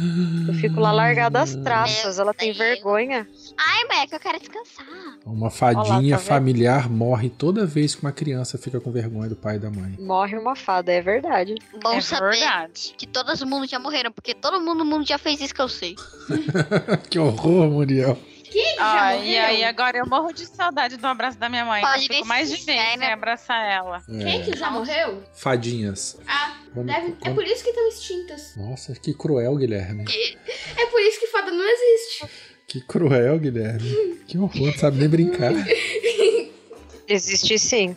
Speaker 6: Eu fico lá largada às traças, ela tem vergonha.
Speaker 4: Ai, mãe, é que eu quero descansar.
Speaker 2: Ah, Uma
Speaker 6: Olha lá,
Speaker 2: fadinha
Speaker 6: tá vendo?
Speaker 2: familiar morre toda vez que uma criança fica com vergonha do pai e da mãe. <laughs>
Speaker 6: Morre uma fada, é verdade.
Speaker 4: Bom
Speaker 5: é
Speaker 4: saber
Speaker 5: verdade.
Speaker 4: que todo mundo já morreram, porque todo mundo no mundo já fez isso que eu sei.
Speaker 2: que horror, Muriel.
Speaker 3: Ele já
Speaker 5: Ai, e
Speaker 3: morreu?
Speaker 5: aí agora eu morro de saudade do abraço da minha mãe.
Speaker 4: Pode
Speaker 5: eu
Speaker 4: ver
Speaker 5: fico mais
Speaker 4: se
Speaker 5: de vez
Speaker 4: quiser, né?
Speaker 5: sem abraçar ela.
Speaker 3: Quem que já morreu?
Speaker 2: É, Fadinhas.
Speaker 3: Ah,
Speaker 2: Vamos-
Speaker 3: deve... é
Speaker 2: vamos-
Speaker 3: por isso que estão extintas.
Speaker 2: Nossa, que cruel, Guilherme.
Speaker 3: É por isso que fada não existe.
Speaker 2: Que cruel, Guilherme. Que horror, não sabe nem
Speaker 3: <laughs>
Speaker 2: brincar.
Speaker 6: Existe sim.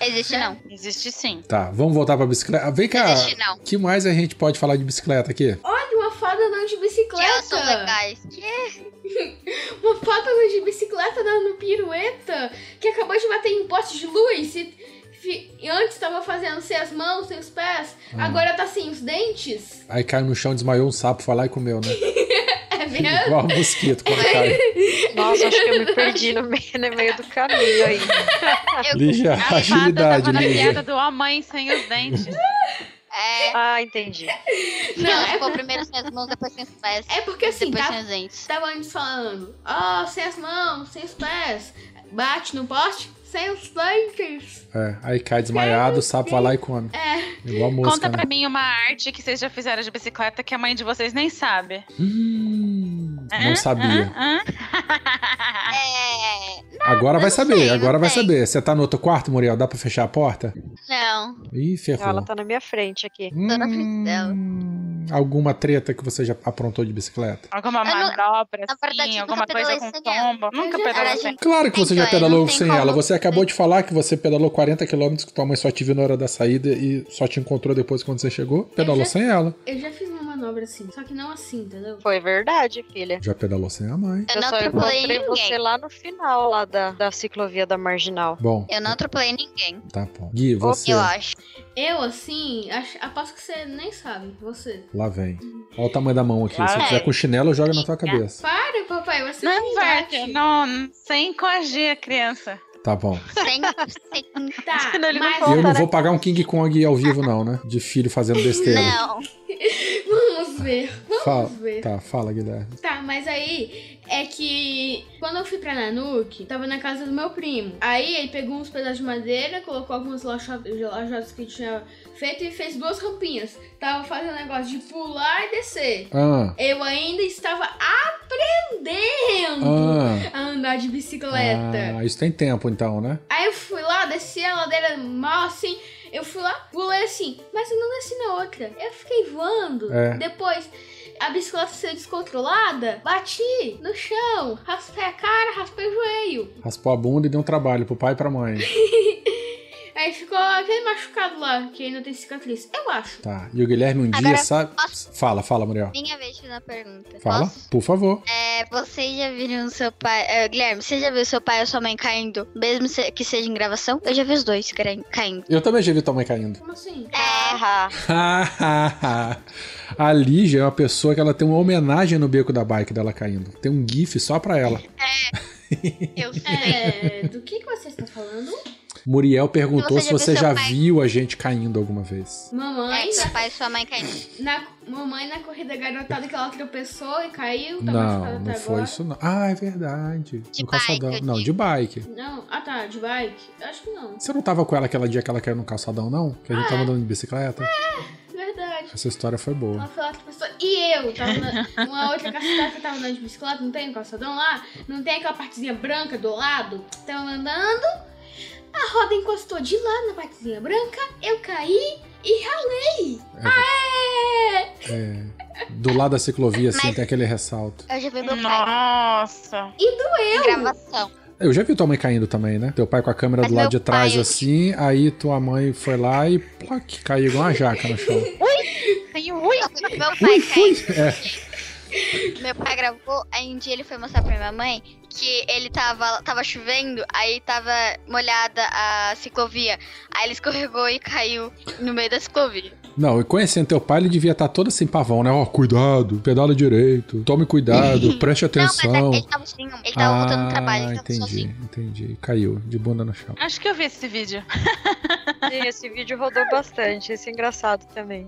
Speaker 4: Existe não.
Speaker 5: Existe sim.
Speaker 2: Tá, vamos voltar pra bicicleta. Vem cá.
Speaker 4: Existe não.
Speaker 2: O que mais a gente pode falar de bicicleta aqui?
Speaker 3: Olha, uma fada andando de
Speaker 4: Que elas são
Speaker 3: bicicleta.
Speaker 4: legais. Que
Speaker 3: Uma foto de bicicleta dando pirueta que acabou de bater em poste de luz e, fi- e antes tava fazendo sem as mãos, sem os pés,
Speaker 2: Ah.
Speaker 3: agora tá sem os dentes.
Speaker 2: Aí caiu no chão, desmaiou um sapo, foi lá e comeu,
Speaker 3: <laughs>
Speaker 2: né?
Speaker 3: É mesmo?
Speaker 2: Igual um mosquito quando cai.
Speaker 6: Nossa, acho que eu me perdi no meio, no meio do caminho aí.
Speaker 4: <laughs>
Speaker 2: Lígia,
Speaker 5: A
Speaker 2: <laughs>
Speaker 5: fada
Speaker 2: agilidade,
Speaker 5: tava na
Speaker 2: Lígia.
Speaker 5: piada do a mãe sem
Speaker 2: <laughs>
Speaker 5: os dentes.
Speaker 4: É,
Speaker 6: Ah, entendi.
Speaker 3: Não,
Speaker 4: ela
Speaker 3: é
Speaker 4: ficou primeiro sem as mãos, depois sem os pés,
Speaker 3: É porque assim,
Speaker 4: depois
Speaker 3: tá
Speaker 4: sem os
Speaker 6: é-
Speaker 4: dentes.
Speaker 3: Tava antes falando, ó, sem as mãos, sem os pés, bate no poste, sem os dentes.
Speaker 2: É, aí cai desmaiado, o sapo vai lá e come.
Speaker 3: É,
Speaker 2: Igual a
Speaker 5: Conta
Speaker 2: mosca, né?
Speaker 5: pra mim uma arte que vocês já fizeram de bicicleta que a mãe de vocês nem sabe.
Speaker 2: Hum,
Speaker 5: Hã?
Speaker 2: né? não sabia.
Speaker 5: Hã? Hã? <laughs>
Speaker 4: É,
Speaker 2: Agora vai
Speaker 4: não sei,
Speaker 2: saber,
Speaker 4: não
Speaker 2: agora vai
Speaker 4: sei.
Speaker 2: saber. Você tá no outro quarto, Muriel? Dá pra fechar a porta?
Speaker 4: não.
Speaker 2: Ih, ferrou.
Speaker 6: Ela tá na minha frente aqui.
Speaker 4: Tô na frente dela.
Speaker 2: Hum, alguma treta que você já aprontou de bicicleta?
Speaker 5: Alguma
Speaker 4: Eu não-
Speaker 5: manobra,
Speaker 4: na verdade,
Speaker 5: assim,
Speaker 4: eu nunca
Speaker 5: alguma coisa
Speaker 4: pedalei
Speaker 5: com
Speaker 4: sem ela.
Speaker 5: tombo. Nunca
Speaker 3: já-
Speaker 5: pedalei
Speaker 3: Era
Speaker 5: sem
Speaker 2: Claro que você já
Speaker 4: Então, aí
Speaker 2: pedalou
Speaker 4: não tem
Speaker 2: sem
Speaker 4: como
Speaker 2: ela. Você
Speaker 4: você-
Speaker 2: acabou de falar que você pedalou 40 km que tua mãe só te viu na hora da saída e só te encontrou depois quando você chegou. Pedalou
Speaker 3: já-
Speaker 2: sem ela.
Speaker 3: eu já fiz uma manobra assim, só que não assim, entendeu?
Speaker 6: Foi verdade, filha.
Speaker 2: Já pedalou sem a mãe.
Speaker 4: Eu,
Speaker 6: Eu
Speaker 4: não
Speaker 6: só
Speaker 4: atropelei
Speaker 6: encontrei
Speaker 4: ninguém.
Speaker 6: você lá no final lá da, da ciclovia da <laughs> Marginal.
Speaker 2: Bom,
Speaker 4: Eu não atropelei ninguém,
Speaker 2: tá bom. Gui, você.
Speaker 4: eu acho.
Speaker 3: Eu assim, acho, aposto que você nem sabe, você.
Speaker 2: Lá vem. Olha o tamanho da mão aqui. Se
Speaker 5: Lá
Speaker 2: quiser
Speaker 4: vem.
Speaker 2: com chinelo, joga na tua cabeça.
Speaker 3: Para, papai, você
Speaker 5: Não,
Speaker 3: bate.
Speaker 5: Verte, não, sem coagir a criança.
Speaker 2: Tá bom.
Speaker 4: Sem, sem-
Speaker 3: <laughs> Tá,
Speaker 6: Senão ele não
Speaker 3: mas
Speaker 2: E eu
Speaker 6: Volta,
Speaker 2: não
Speaker 6: né?
Speaker 2: vou pagar um King Kong ao vivo, não, né? De filho fazendo besteira.
Speaker 4: <laughs> não.
Speaker 3: vamos ver, vamos
Speaker 2: Fala.
Speaker 3: ver.
Speaker 2: Tá, fala, Guilherme.
Speaker 3: Tá, mas aí é que quando eu fui pra Nanuque, tava na casa do meu primo. Aí ele pegou uns pedaços de madeira, colocou algumas lojo- lajotas que tinha feito e fez duas rampinhas. Tava fazendo negócio de pular e descer.
Speaker 2: Ah,
Speaker 3: Eu ainda estava aprendendo
Speaker 2: ah,
Speaker 3: a andar de bicicleta.
Speaker 2: ah, isso tem tempo então, né?
Speaker 3: Aí eu fui lá, desci a ladeira mal assim. Eu fui lá, pulei assim, mas eu não desci na outra. Eu fiquei voando.
Speaker 2: É.
Speaker 3: Depois, a bicicleta saiu descontrolada, bati no chão, raspei a cara, raspei o joelho.
Speaker 2: Raspou a bunda e deu um trabalho pro pai e pra mãe.
Speaker 3: Aí ficou aquele machucado lá, que ainda tem cicatriz. Eu acho.
Speaker 2: Tá. E o Guilherme um dia
Speaker 4: Agora,
Speaker 2: sabe. Fala, fala, Muriel.
Speaker 4: Minha vez de fazer uma pergunta.
Speaker 2: Fala,
Speaker 4: Posso?
Speaker 2: por favor.
Speaker 4: É, vocês já viram seu pai. é, Guilherme, você já viu seu pai ou sua mãe caindo? Mesmo se- que seja em gravação? Eu já vi os dois cai-
Speaker 2: <laughs>
Speaker 4: caindo.
Speaker 2: Eu também já vi tua mãe caindo. <laughs>
Speaker 3: Como assim?
Speaker 6: Ah,
Speaker 2: a Lígia é uma pessoa que ela tem uma homenagem no beco da bike dela caindo. Tem um gif só pra ela.
Speaker 4: É. Eu
Speaker 3: É, do que, que você está falando?
Speaker 2: Muriel perguntou se
Speaker 4: Então Você
Speaker 2: você já
Speaker 4: já viu seu pai?
Speaker 2: viu a gente caindo alguma vez.
Speaker 3: Mamãe,
Speaker 4: É, seu pai e sua mãe caindo.
Speaker 3: na, mamãe na corrida garotada que ela tropeçou e caiu, tá machucada
Speaker 2: Não,
Speaker 3: até
Speaker 2: não foi
Speaker 3: agora.
Speaker 2: isso não. Ah, é verdade.
Speaker 4: De
Speaker 2: no calçadão.
Speaker 4: bike, eu
Speaker 2: não,
Speaker 4: digo.
Speaker 2: de bike.
Speaker 3: Não, ah tá, de bike? Eu acho que não.
Speaker 2: Você não tava com ela aquele dia que ela caiu no calçadão, não? Que a gente
Speaker 3: Ah.
Speaker 2: tava andando de bicicleta?
Speaker 3: Verdade.
Speaker 2: Essa história foi boa.
Speaker 3: Ela foi lá outra pessoa. E eu, tava
Speaker 5: <laughs>
Speaker 3: na, uma outra cacetada que eu tava andando de bicicleta, não tem um calçadão lá? Não tem aquela partezinha branca do lado? Tava andando, a roda encostou de lá na partezinha branca, eu caí e ralei. Aê!
Speaker 2: Do lado da ciclovia, assim,
Speaker 4: Mas-
Speaker 2: tem aquele ressalto.
Speaker 4: Eu já vi meu pai
Speaker 5: Nossa.
Speaker 4: em gravação.
Speaker 2: Eu já vi tua mãe caindo também, né? Teu pai com a câmera
Speaker 4: Mas
Speaker 2: do lado de
Speaker 4: meu
Speaker 2: trás,
Speaker 4: pai-
Speaker 2: assim, aí tua mãe foi lá e plac, caiu igual uma jaca no
Speaker 4: <laughs>
Speaker 2: chão. É.
Speaker 4: Eu fui com meu pai caindo. Meu pai gravou, aí um dia ele foi mostrar pra minha mãe que ele tava, tava chovendo, aí tava molhada a ciclovia. Aí ele escorregou e caiu no meio da ciclovia.
Speaker 2: Não, e conhecendo teu pai, ele devia estar todo assim pavão, né? Ó, cuidado, pedala direito, tome
Speaker 4: <laughs>
Speaker 2: cuidado, preste
Speaker 4: Não,
Speaker 2: atenção. Ah,
Speaker 4: mas é ele tava sozinho, ele tava voltando no trabalho, ele tá assim. tava
Speaker 2: entendi,
Speaker 4: sozinho.
Speaker 2: entendi. Caiu, de bunda no chão.
Speaker 5: Acho que eu vi esse vídeo.
Speaker 6: Sim, esse vídeo rodou bastante. Esse é engraçado também.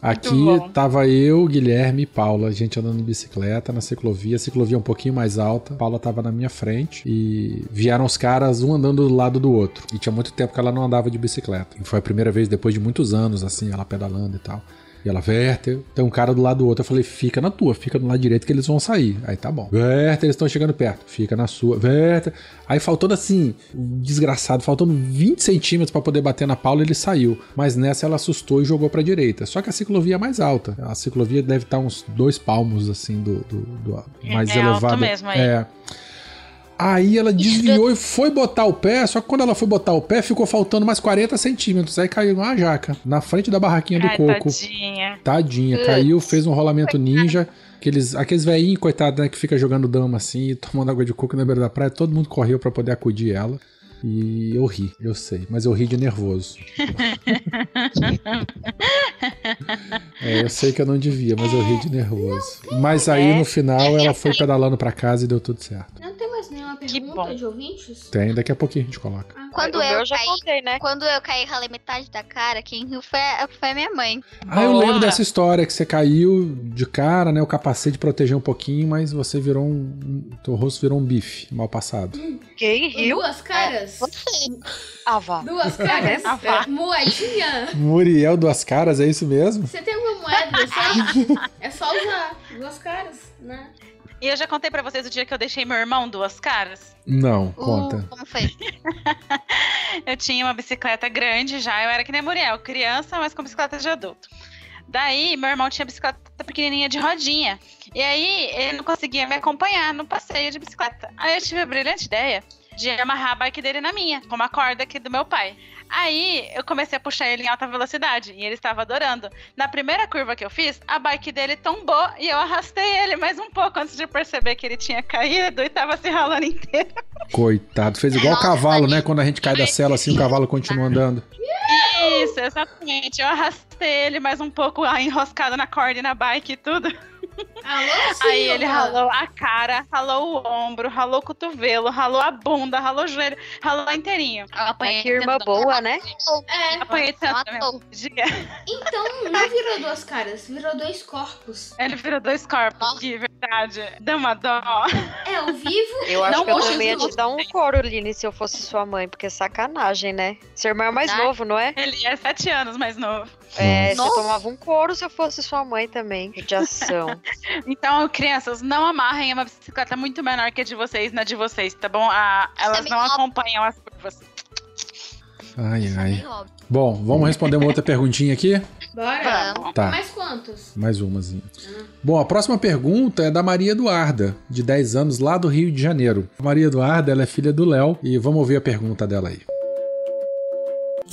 Speaker 2: Aqui
Speaker 5: bom.
Speaker 2: tava eu, Guilherme e Paula, a gente andando de bicicleta na ciclovia, a ciclovia um pouquinho mais alta. Paula tava na minha frente e vieram os caras um andando do lado do outro. E tinha muito tempo que ela não andava de bicicleta. E foi a primeira vez depois de muitos anos assim, ela pedalando e tal. E ela, Werther, tem um cara do lado do outro. Eu falei, fica na tua, fica do lado direito que eles vão sair. Aí tá bom. Werther, eles estão chegando perto, fica na sua. Werther. Aí faltando assim, desgraçado, faltando 20 centímetros pra poder bater na Paula, ele saiu. Mas nessa ela assustou e jogou pra direita. Só que a ciclovia é mais alta. A ciclovia deve estar uns dois palmos assim do, do, do- mais
Speaker 5: É alto
Speaker 2: elevado.
Speaker 5: mesmo aí.
Speaker 2: É. Aí ela desviou e foi botar o pé, só que quando ela foi botar o pé, ficou faltando mais 40 centímetros. Aí caiu numa jaca, na frente da barraquinha do
Speaker 5: Ai,
Speaker 2: coco.
Speaker 5: tadinha.
Speaker 2: Tadinha, caiu, fez um rolamento ninja. Aqueles, aqueles velhinhos, coitado, né, que fica jogando dama assim, <laughs> tomando água de coco na beira da praia, todo mundo correu pra poder acudir ela. E eu ri, eu sei, mas eu ri de nervoso. É, eu sei que eu não devia, mas eu ri de nervoso. Mas aí no final ela foi pedalando pra casa e deu tudo certo.
Speaker 3: Não tem mais nenhuma
Speaker 5: Que
Speaker 3: pergunta
Speaker 5: bom.
Speaker 3: de ouvintes?
Speaker 2: Tem, daqui a pouquinho a gente coloca.
Speaker 3: Ah,
Speaker 4: Quando
Speaker 6: o meu
Speaker 4: eu
Speaker 6: eu já
Speaker 4: caí-
Speaker 6: contei, né?
Speaker 4: É Quando eu caí e ralei metade da cara, quem riu foi, a- foi a minha mãe.
Speaker 2: Ah, eu
Speaker 5: Boa.
Speaker 2: lembro dessa história que você caiu de cara, né? O capacete protegeu um pouquinho, mas você virou um. um- Teu rosto virou um bife mal passado.
Speaker 6: Quem riu?
Speaker 3: Duas caras?
Speaker 5: é,
Speaker 6: Ah, vá.
Speaker 5: <laughs>
Speaker 3: Duas caras?
Speaker 5: Ah, vá.
Speaker 3: Moedinha?
Speaker 2: Muriel Duas Caras, é isso mesmo?
Speaker 3: Você tem uma moeda, você? é
Speaker 5: <laughs>
Speaker 3: só usar. Duas caras, né?
Speaker 5: E eu já contei pra vocês o dia que eu deixei meu irmão duas caras.
Speaker 2: Não,
Speaker 4: Uh,
Speaker 2: conta.
Speaker 4: como foi?
Speaker 5: Eu tinha uma bicicleta grande já, eu era que nem a Muriel, criança, mas com bicicleta de adulto. Daí, meu irmão tinha bicicleta pequenininha de rodinha. E aí, ele não conseguia me acompanhar no passeio de bicicleta. Aí eu tive a brilhante ideia de amarrar a bike dele na minha, com uma corda aqui do meu pai. Aí, eu comecei a puxar ele em alta velocidade, e ele estava adorando. Na primeira curva que eu fiz, a bike dele tombou, e eu arrastei ele mais um pouco antes de perceber que ele tinha caído e estava se ralando inteiro.
Speaker 2: Coitado. Fez igual o
Speaker 4: Nossa,
Speaker 2: cavalo, né?
Speaker 4: gente.
Speaker 2: Quando a gente cai da cela assim, o cavalo continua andando.
Speaker 5: Isso, exatamente. Eu arrastei ele mais um pouco ah, enroscado na corda e na bike e tudo.
Speaker 3: Alô,
Speaker 5: Aí ele
Speaker 3: Silva?
Speaker 5: ralou a cara, ralou o ombro, ralou o cotovelo, ralou a bunda, ralou o joelho, ralou inteirinho.
Speaker 4: Eu apanhei
Speaker 6: É que irmã
Speaker 4: tanto-
Speaker 6: boa, né?
Speaker 3: É,
Speaker 5: Apanhei tanto
Speaker 4: Matou.
Speaker 5: meu dia. <laughs>
Speaker 3: então não virou duas caras, virou dois corpos.
Speaker 5: Ele virou dois corpos, de verdade. Deu uma dó.
Speaker 3: É o vivo
Speaker 6: Eu acho
Speaker 5: Não,
Speaker 6: que eu
Speaker 5: hoje
Speaker 6: também ia
Speaker 5: não.
Speaker 6: te dar um coro, Lini, se eu fosse sua mãe, porque é sacanagem, né? Seu irmão é mais
Speaker 4: Verdade.
Speaker 6: novo, não é?
Speaker 5: Ele é sete anos mais novo.
Speaker 6: É, você
Speaker 4: Nossa.
Speaker 6: tomava um couro se eu fosse sua mãe também. <laughs> Judiação.
Speaker 5: Então, crianças, não amarrem uma bicicleta muito menor que a de vocês na de vocês, tá bom? Ah, elas
Speaker 4: me
Speaker 5: não
Speaker 4: rouba.
Speaker 5: acompanham as curvas.
Speaker 2: Ai,
Speaker 4: Isso é
Speaker 2: ai.
Speaker 4: meio óbvio.
Speaker 2: Bom, vamos responder uma outra perguntinha aqui?
Speaker 3: Bora.
Speaker 4: Vamos.
Speaker 2: Tá.
Speaker 3: Mais quantos?
Speaker 2: Mais umazinha. Bom, a próxima pergunta é da Maria Eduarda, de 10 anos, lá do Rio de Janeiro. A Maria Eduarda, ela é filha do Léo, e vamos ouvir a pergunta dela aí.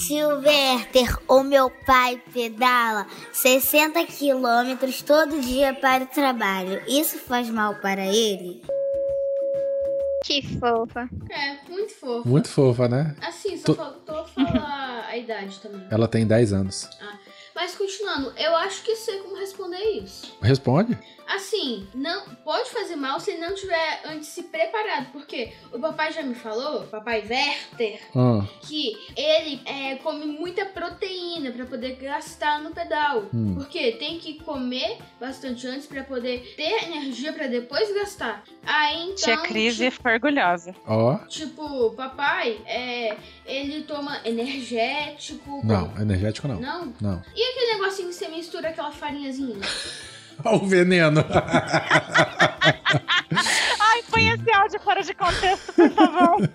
Speaker 9: Tio Werther, o meu pai pedala 60 quilômetros todo dia para o trabalho. Isso faz mal para ele?
Speaker 4: Que fofa.
Speaker 3: É, muito fofo.
Speaker 2: Muito fofa, né?
Speaker 3: Assim, só
Speaker 2: Tô-
Speaker 3: faltou falar a idade também.
Speaker 2: Ela tem 10 anos.
Speaker 3: Mas continuando, eu acho que sei como responder isso.
Speaker 2: Responde?
Speaker 3: Assim, não pode fazer mal se não tiver antes se preparado, porque o papai já me falou, papai Werther,
Speaker 2: Ah,
Speaker 3: que ele é, come muita proteína para poder gastar no pedal.
Speaker 2: Hum.
Speaker 3: Porque tem que comer bastante antes para poder ter energia para depois gastar. Aí então.
Speaker 5: Tia Cris
Speaker 3: tipo,
Speaker 5: ficou orgulhosa.
Speaker 2: ó.
Speaker 3: Tipo, papai, é, ele toma energético.
Speaker 2: Não, energético não.
Speaker 3: Não?
Speaker 2: Não.
Speaker 3: E aquele negocinho que você mistura aquela farinhazinha?
Speaker 2: Ó o veneno. <laughs>
Speaker 5: Ai, põe esse áudio fora de contexto, por favor.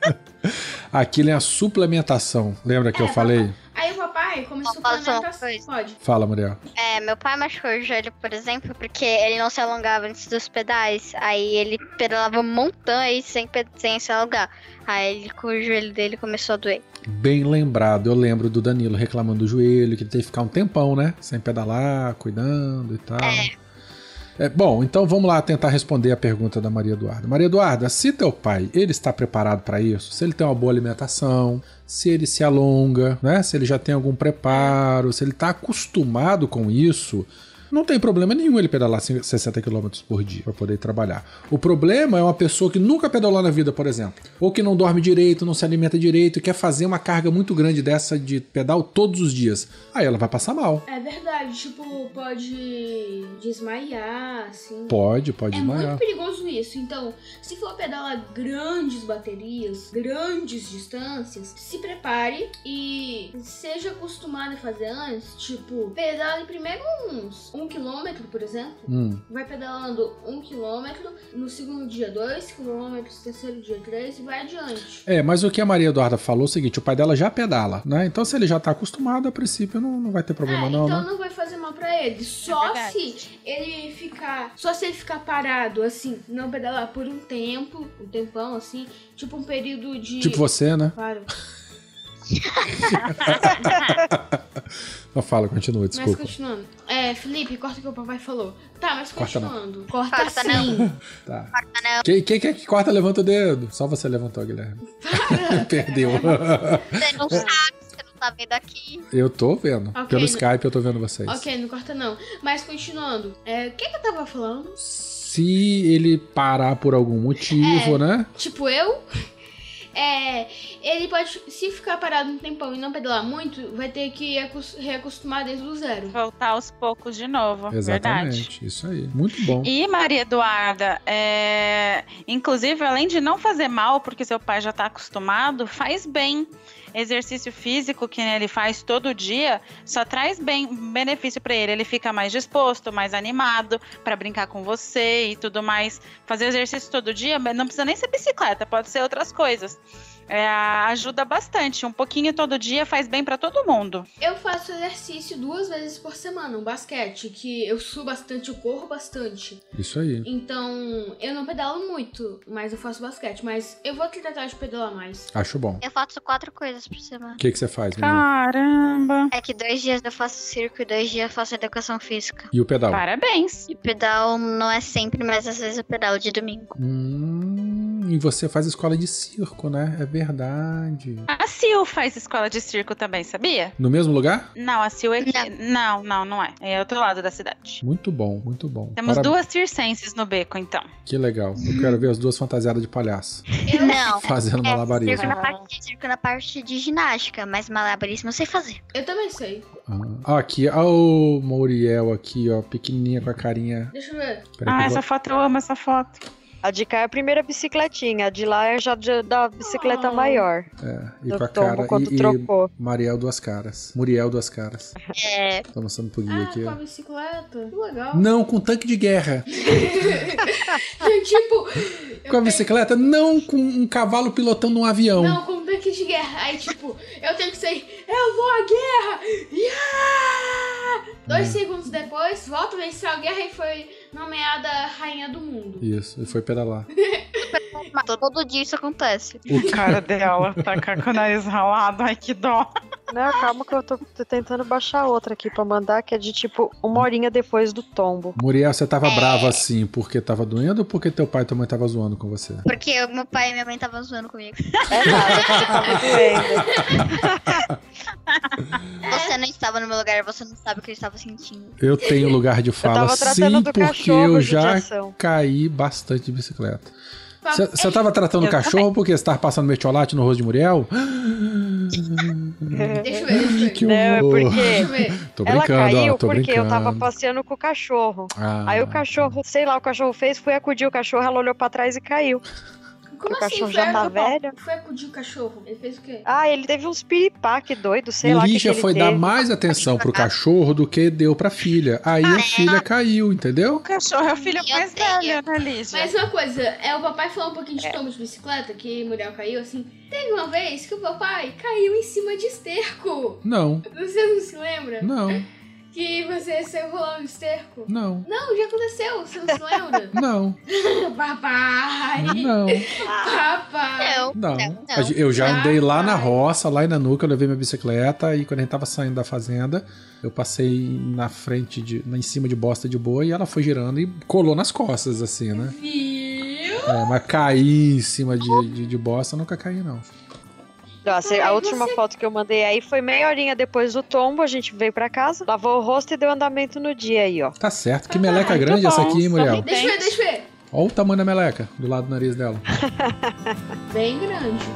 Speaker 2: Aquilo é a suplementação. Lembra que eu
Speaker 3: É,
Speaker 2: falei?
Speaker 3: Aí o papai começou a
Speaker 4: Posso falar uma
Speaker 3: suplementar.
Speaker 4: coisa?
Speaker 3: Pode.
Speaker 2: Fala, Maria.
Speaker 4: É, meu pai machucou o joelho, por exemplo, porque ele não se alongava antes dos pedais. Aí ele pedalava montanha sem, pe- sem se alongar. Aí ele, com o joelho dele começou a doer.
Speaker 2: Bem lembrado. Eu lembro do Danilo reclamando do joelho, que ele teve que ficar um tempão, né? Sem pedalar, cuidando e tal. É, bom, então vamos lá tentar responder a pergunta da Maria Eduarda. Maria Eduarda, se teu pai ele está preparado para isso, se ele tem uma boa alimentação, se ele se alonga, né? Se ele já tem algum preparo, se ele está acostumado com isso, não tem problema nenhum ele pedalar 50 60 km por dia para poder trabalhar. O problema é uma pessoa que nunca pedalou na vida, por exemplo, ou que não dorme direito, não se alimenta direito, e quer fazer uma carga muito grande dessa de pedal todos os dias. Aí ela vai passar mal.
Speaker 3: É verdade, tipo, pode desmaiar, assim.
Speaker 2: Pode, pode
Speaker 3: É
Speaker 2: desmaiar.
Speaker 3: muito perigoso isso. Então, se for pedalar grandes baterias, grandes distâncias, se prepare e seja acostumado a fazer antes. Tipo, pedale primeiro uns um quilômetro, por exemplo.
Speaker 2: Hum,
Speaker 3: Vai pedalando um quilômetro, no segundo dia dois quilômetros, terceiro dia três e vai adiante.
Speaker 2: É, mas o que a Maria Eduarda falou é o seguinte: o pai dela já pedala, né? Então, se ele já tá acostumado, a princípio não, não vai ter problema,
Speaker 3: É,
Speaker 2: não,
Speaker 3: então
Speaker 2: né?
Speaker 3: não vai fazer mal pra ele. Só
Speaker 5: verdade.
Speaker 3: se ele ficar. Só se ele ficar parado, assim, não pedalar por um tempo, um tempão, assim, tipo um período de.
Speaker 2: Tipo você, né?
Speaker 3: Claro.
Speaker 2: Não fala, continua,
Speaker 3: Mas
Speaker 2: desculpa.
Speaker 3: continuando. É, Felipe, corta o que o papai falou. Tá, mas
Speaker 2: Corta não.
Speaker 3: continuando. Corta,
Speaker 4: Corta não.
Speaker 2: <laughs>
Speaker 3: sim.
Speaker 2: Tá.
Speaker 3: né?
Speaker 2: Quem, quem quer que corta, levanta o dedo. Só você levantou,
Speaker 3: <laughs>
Speaker 2: Guilherme. <laughs> Perdeu.
Speaker 4: Você
Speaker 2: <laughs>
Speaker 4: não sabe, você não tá vendo aqui.
Speaker 2: eu tô vendo.
Speaker 3: Ok,
Speaker 2: Pelo
Speaker 3: não-
Speaker 2: Skype eu tô vendo vocês.
Speaker 3: ok, não corta não. Mas continuando. É, o que que eu tava falando?
Speaker 2: Se ele parar por algum motivo, né?
Speaker 3: Tipo eu? <laughs> É, ele pode, se ficar parado um tempão e não pedalar muito, vai ter que acos- reacostumar desde o zero.
Speaker 5: Voltar aos poucos de novo,
Speaker 2: Exatamente.
Speaker 5: verdade.
Speaker 2: Isso aí. Muito bom.
Speaker 5: E Maria Eduarda, é, inclusive, além de não fazer mal, porque seu pai já está acostumado, faz bem. Exercício físico que ele faz todo dia só traz bem benefício para ele. Ele fica mais disposto, mais animado para brincar com você e tudo mais. Fazer exercício todo dia mas não precisa nem ser bicicleta, pode ser outras coisas. É, ajuda bastante. Um pouquinho todo dia faz bem para todo mundo.
Speaker 3: Eu faço exercício duas vezes por semana, um basquete, que eu subo bastante, eu corro bastante.
Speaker 2: Isso aí.
Speaker 3: Então, eu não pedalo muito, mas eu faço basquete. Mas eu vou tratar de pedalar mais.
Speaker 2: Acho bom.
Speaker 4: Eu faço quatro coisas por semana.
Speaker 2: O que, que você faz,
Speaker 5: Ah,
Speaker 2: menino?
Speaker 5: Caramba!
Speaker 4: É que dois dias eu faço circo e dois dias eu faço educação física.
Speaker 2: E o pedal?
Speaker 5: Parabéns!
Speaker 4: E pedal não é sempre, mas às vezes eu pedalo de domingo.
Speaker 2: Hum, e você faz escola de circo, né? É verdade.
Speaker 5: A Sil faz escola de circo também, sabia?
Speaker 2: No mesmo lugar?
Speaker 5: Não, a Sil é que... Não, não, não é. É outro lado da cidade.
Speaker 2: Muito bom, muito bom.
Speaker 5: Temos
Speaker 2: Parab-
Speaker 5: duas circenses no beco, então.
Speaker 2: Que legal. Eu quero ver as duas fantasiadas de palhaço
Speaker 4: <laughs> Não.
Speaker 2: fazendo
Speaker 4: É, circo,
Speaker 2: malabarismo.
Speaker 4: na parte, circo na parte de ginástica, mas malabarismo eu sei fazer.
Speaker 3: Eu também sei.
Speaker 2: Ah, ó, aqui, ó, o Muriel aqui, ó, pequenininha com a carinha.
Speaker 3: Deixa eu ver.
Speaker 2: Peraí que
Speaker 5: Ah,
Speaker 2: eu vou-
Speaker 5: essa foto, eu amo essa foto.
Speaker 6: A de cá é a primeira bicicletinha, a de lá é já de- da bicicleta
Speaker 5: Ah.
Speaker 3: Oh.
Speaker 6: maior.
Speaker 2: É, e
Speaker 6: Do
Speaker 2: com a
Speaker 6: tombo
Speaker 2: cara.
Speaker 6: quando
Speaker 2: E, e
Speaker 6: trocou.
Speaker 2: Mariel duas caras. Muriel duas caras.
Speaker 4: É,
Speaker 2: Tá mostrando pro Gui
Speaker 3: Ah,
Speaker 2: aqui.
Speaker 3: com a
Speaker 2: ó.
Speaker 3: bicicleta. Que legal. <laughs>
Speaker 2: Não, com tanque de guerra.
Speaker 3: tipo, eu
Speaker 2: Com a
Speaker 3: tenho-
Speaker 2: bicicleta? Não, com um cavalo pilotando um avião.
Speaker 3: Não, com tanque de guerra. Aí, tipo, eu tenho que sair. Eu vou à guerra! Yeah!
Speaker 2: Hum.
Speaker 3: Dois segundos depois, volta, venceu a guerra e foi nomeada Rainha do Mundo.
Speaker 2: Isso, e foi pedalar.
Speaker 4: mas todo dia isso acontece.
Speaker 5: O cara dela tá com o nariz ralado. Ai, que dó.
Speaker 6: Não, calma que eu tô, tô tentando baixar outra aqui pra mandar, que é de tipo uma horinha depois do tombo.
Speaker 2: Muriel, você
Speaker 6: É.
Speaker 2: tava brava assim porque tava doendo ou porque teu pai e tua mãe tava zoando com você?
Speaker 4: Porque eu- meu pai e minha mãe estavam zoando <laughs> comigo.
Speaker 6: É nada, que você tava
Speaker 4: É
Speaker 6: doendo.
Speaker 4: tá Você não estava no meu lugar, você não sabe o que eu estava sentindo.
Speaker 2: Eu
Speaker 6: <laughs>
Speaker 2: tenho lugar de
Speaker 6: Eu
Speaker 2: fala
Speaker 6: tava tratando
Speaker 2: sim,
Speaker 6: do
Speaker 2: porque
Speaker 6: cachorro,
Speaker 2: eu já <laughs>
Speaker 6: judiação.
Speaker 2: caí bastante de bicicleta.
Speaker 3: Fala-
Speaker 2: Você tava tratando o
Speaker 5: Eu
Speaker 2: cachorro porque você tava passando metiolate no rosto de
Speaker 6: <laughs>
Speaker 2: Muriel?
Speaker 3: Deixa
Speaker 2: <laughs>
Speaker 3: eu ver, deixa eu ver.
Speaker 2: Que
Speaker 6: Não, é
Speaker 2: horror.
Speaker 3: Deixa
Speaker 6: porque
Speaker 3: eu ver.
Speaker 2: Tô
Speaker 6: ela
Speaker 2: brincando,
Speaker 6: caiu
Speaker 2: ó, tô
Speaker 6: porque
Speaker 2: brincando.
Speaker 6: eu tava passeando com o cachorro.
Speaker 2: Ah,
Speaker 6: Aí o cachorro, sei lá, o cachorro fez, fui acudir o cachorro, ela olhou pra trás e caiu.
Speaker 3: Como
Speaker 6: o
Speaker 3: assim?
Speaker 6: cachorro
Speaker 3: foi
Speaker 6: já tá
Speaker 3: a-
Speaker 6: velho?
Speaker 3: Foi acudir o cachorro. Ele fez o quê?
Speaker 6: Ah, ele teve uns piripaque doido, sei lá. o que que
Speaker 2: Lígia
Speaker 6: ele
Speaker 2: foi
Speaker 6: teve.
Speaker 2: dar mais atenção pro cachorro do que deu pra filha. Aí a filha caiu, entendeu?
Speaker 5: O cachorro é o filho
Speaker 4: Meu
Speaker 5: mais
Speaker 4: Deus.
Speaker 5: velho, né, Lígia?
Speaker 3: Mas uma coisa, é o papai falou um pouquinho de tombo de bicicleta, que Muriel caiu assim. Teve uma vez que o papai caiu em cima de esterco.
Speaker 2: Não,
Speaker 3: Você não se lembra?
Speaker 2: não,
Speaker 3: Que você saiu rolando de esterco?
Speaker 2: não,
Speaker 3: Não, já aconteceu, você não se <laughs> lembra?
Speaker 2: não,
Speaker 3: papai!
Speaker 2: não.
Speaker 3: Papai!
Speaker 4: Não.
Speaker 2: Não.
Speaker 4: não.
Speaker 2: A gen- Eu já
Speaker 3: Ah,
Speaker 2: andei lá na
Speaker 3: vai.
Speaker 2: roça, lá em Nanuca, eu levei minha bicicleta e quando a gente tava saindo da fazenda, eu passei na frente de. na- em cima de bosta de boi e ela foi girando e colou nas costas, assim, né?
Speaker 3: Viu?
Speaker 2: É, mas cair em cima de, de, de bosta, eu nunca caí, não.
Speaker 6: Nossa,
Speaker 3: Ai,
Speaker 6: a última
Speaker 3: você-
Speaker 6: foto que eu mandei aí foi meia horinha depois do tombo, a gente veio pra casa, lavou o rosto e deu andamento no dia aí, ó.
Speaker 2: Tá certo, que meleca
Speaker 5: muito
Speaker 2: grande essa
Speaker 5: bom,
Speaker 2: aqui, hein, Muriel?
Speaker 5: sorri.
Speaker 3: Deixa eu ver, deixa eu ver.
Speaker 2: Olha o tamanho da meleca do lado do nariz dela. <laughs>
Speaker 3: Bem grande.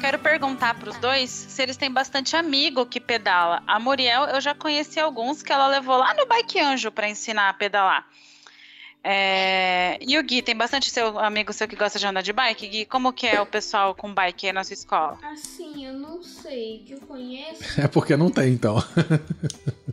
Speaker 5: Quero perguntar pros dois se eles têm bastante amigo que pedala. A Muriel, eu já conheci alguns que ela levou lá no Bike Anjo pra ensinar a pedalar. É, E o Gui, tem bastante seu amigo seu que gosta de andar de bike? Gui, como que é o pessoal com bike aí na sua escola?
Speaker 3: Assim, assim, eu não sei, que eu conheço,
Speaker 2: É porque não tem, então.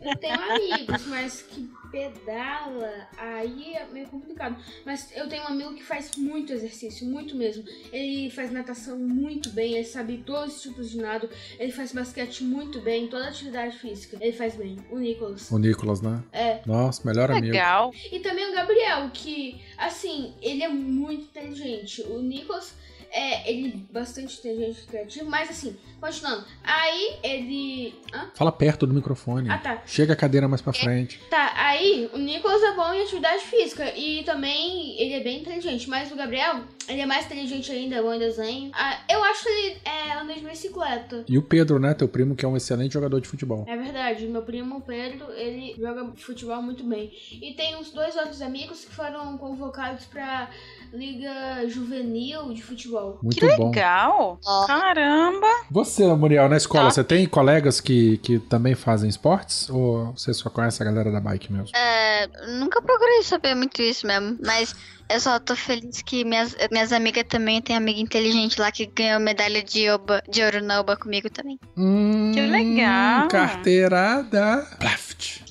Speaker 3: eu tenho amigos, mas que pedala, aí é meio complicado. Mas eu tenho um amigo que faz muito exercício, muito mesmo. Ele faz natação muito bem, ele sabe todos os tipos de nado, ele faz basquete muito bem, toda atividade física. Ele faz bem, o Nicolas.
Speaker 2: O Nicolas, né?
Speaker 3: É.
Speaker 2: Nossa, melhor amigo.
Speaker 5: Legal.
Speaker 3: E também o Gabriel, que, assim, ele é muito inteligente. O Nicolas é ele é bastante inteligente e criativo, mas assim, continuando. Aí ele. Hã?
Speaker 2: Fala perto do microfone.
Speaker 3: Ah, tá.
Speaker 2: Chega a cadeira mais pra
Speaker 5: É.
Speaker 2: frente.
Speaker 3: Tá, aí o Nicolas é bom em atividade física e também ele é bem inteligente, mas o Gabriel, ele é mais inteligente ainda, é bom em desenho. Ah, eu acho que ele é, anda de bicicleta.
Speaker 2: E o Pedro, né? Teu primo, que é um excelente jogador de futebol.
Speaker 3: É verdade, meu primo Pedro, ele joga futebol muito bem. E tem uns dois outros amigos que foram convocados pra Liga Juvenil de Futebol.
Speaker 2: Muito
Speaker 5: que
Speaker 2: bom.
Speaker 5: legal.
Speaker 4: Ó.
Speaker 5: Caramba.
Speaker 2: Você, Muriel, na escola,
Speaker 5: Top.
Speaker 2: você tem colegas que, que também fazem esportes? Ou você só conhece a galera da bike mesmo?
Speaker 4: É, nunca procurei saber muito isso mesmo, mas eu só tô feliz que minhas, minhas amigas também tem amiga inteligente lá que ganhou medalha de, oba, de ouro na Oba comigo também.
Speaker 2: Hum,
Speaker 5: Que legal.
Speaker 2: Carteirada.
Speaker 5: <laughs>
Speaker 2: Plaft.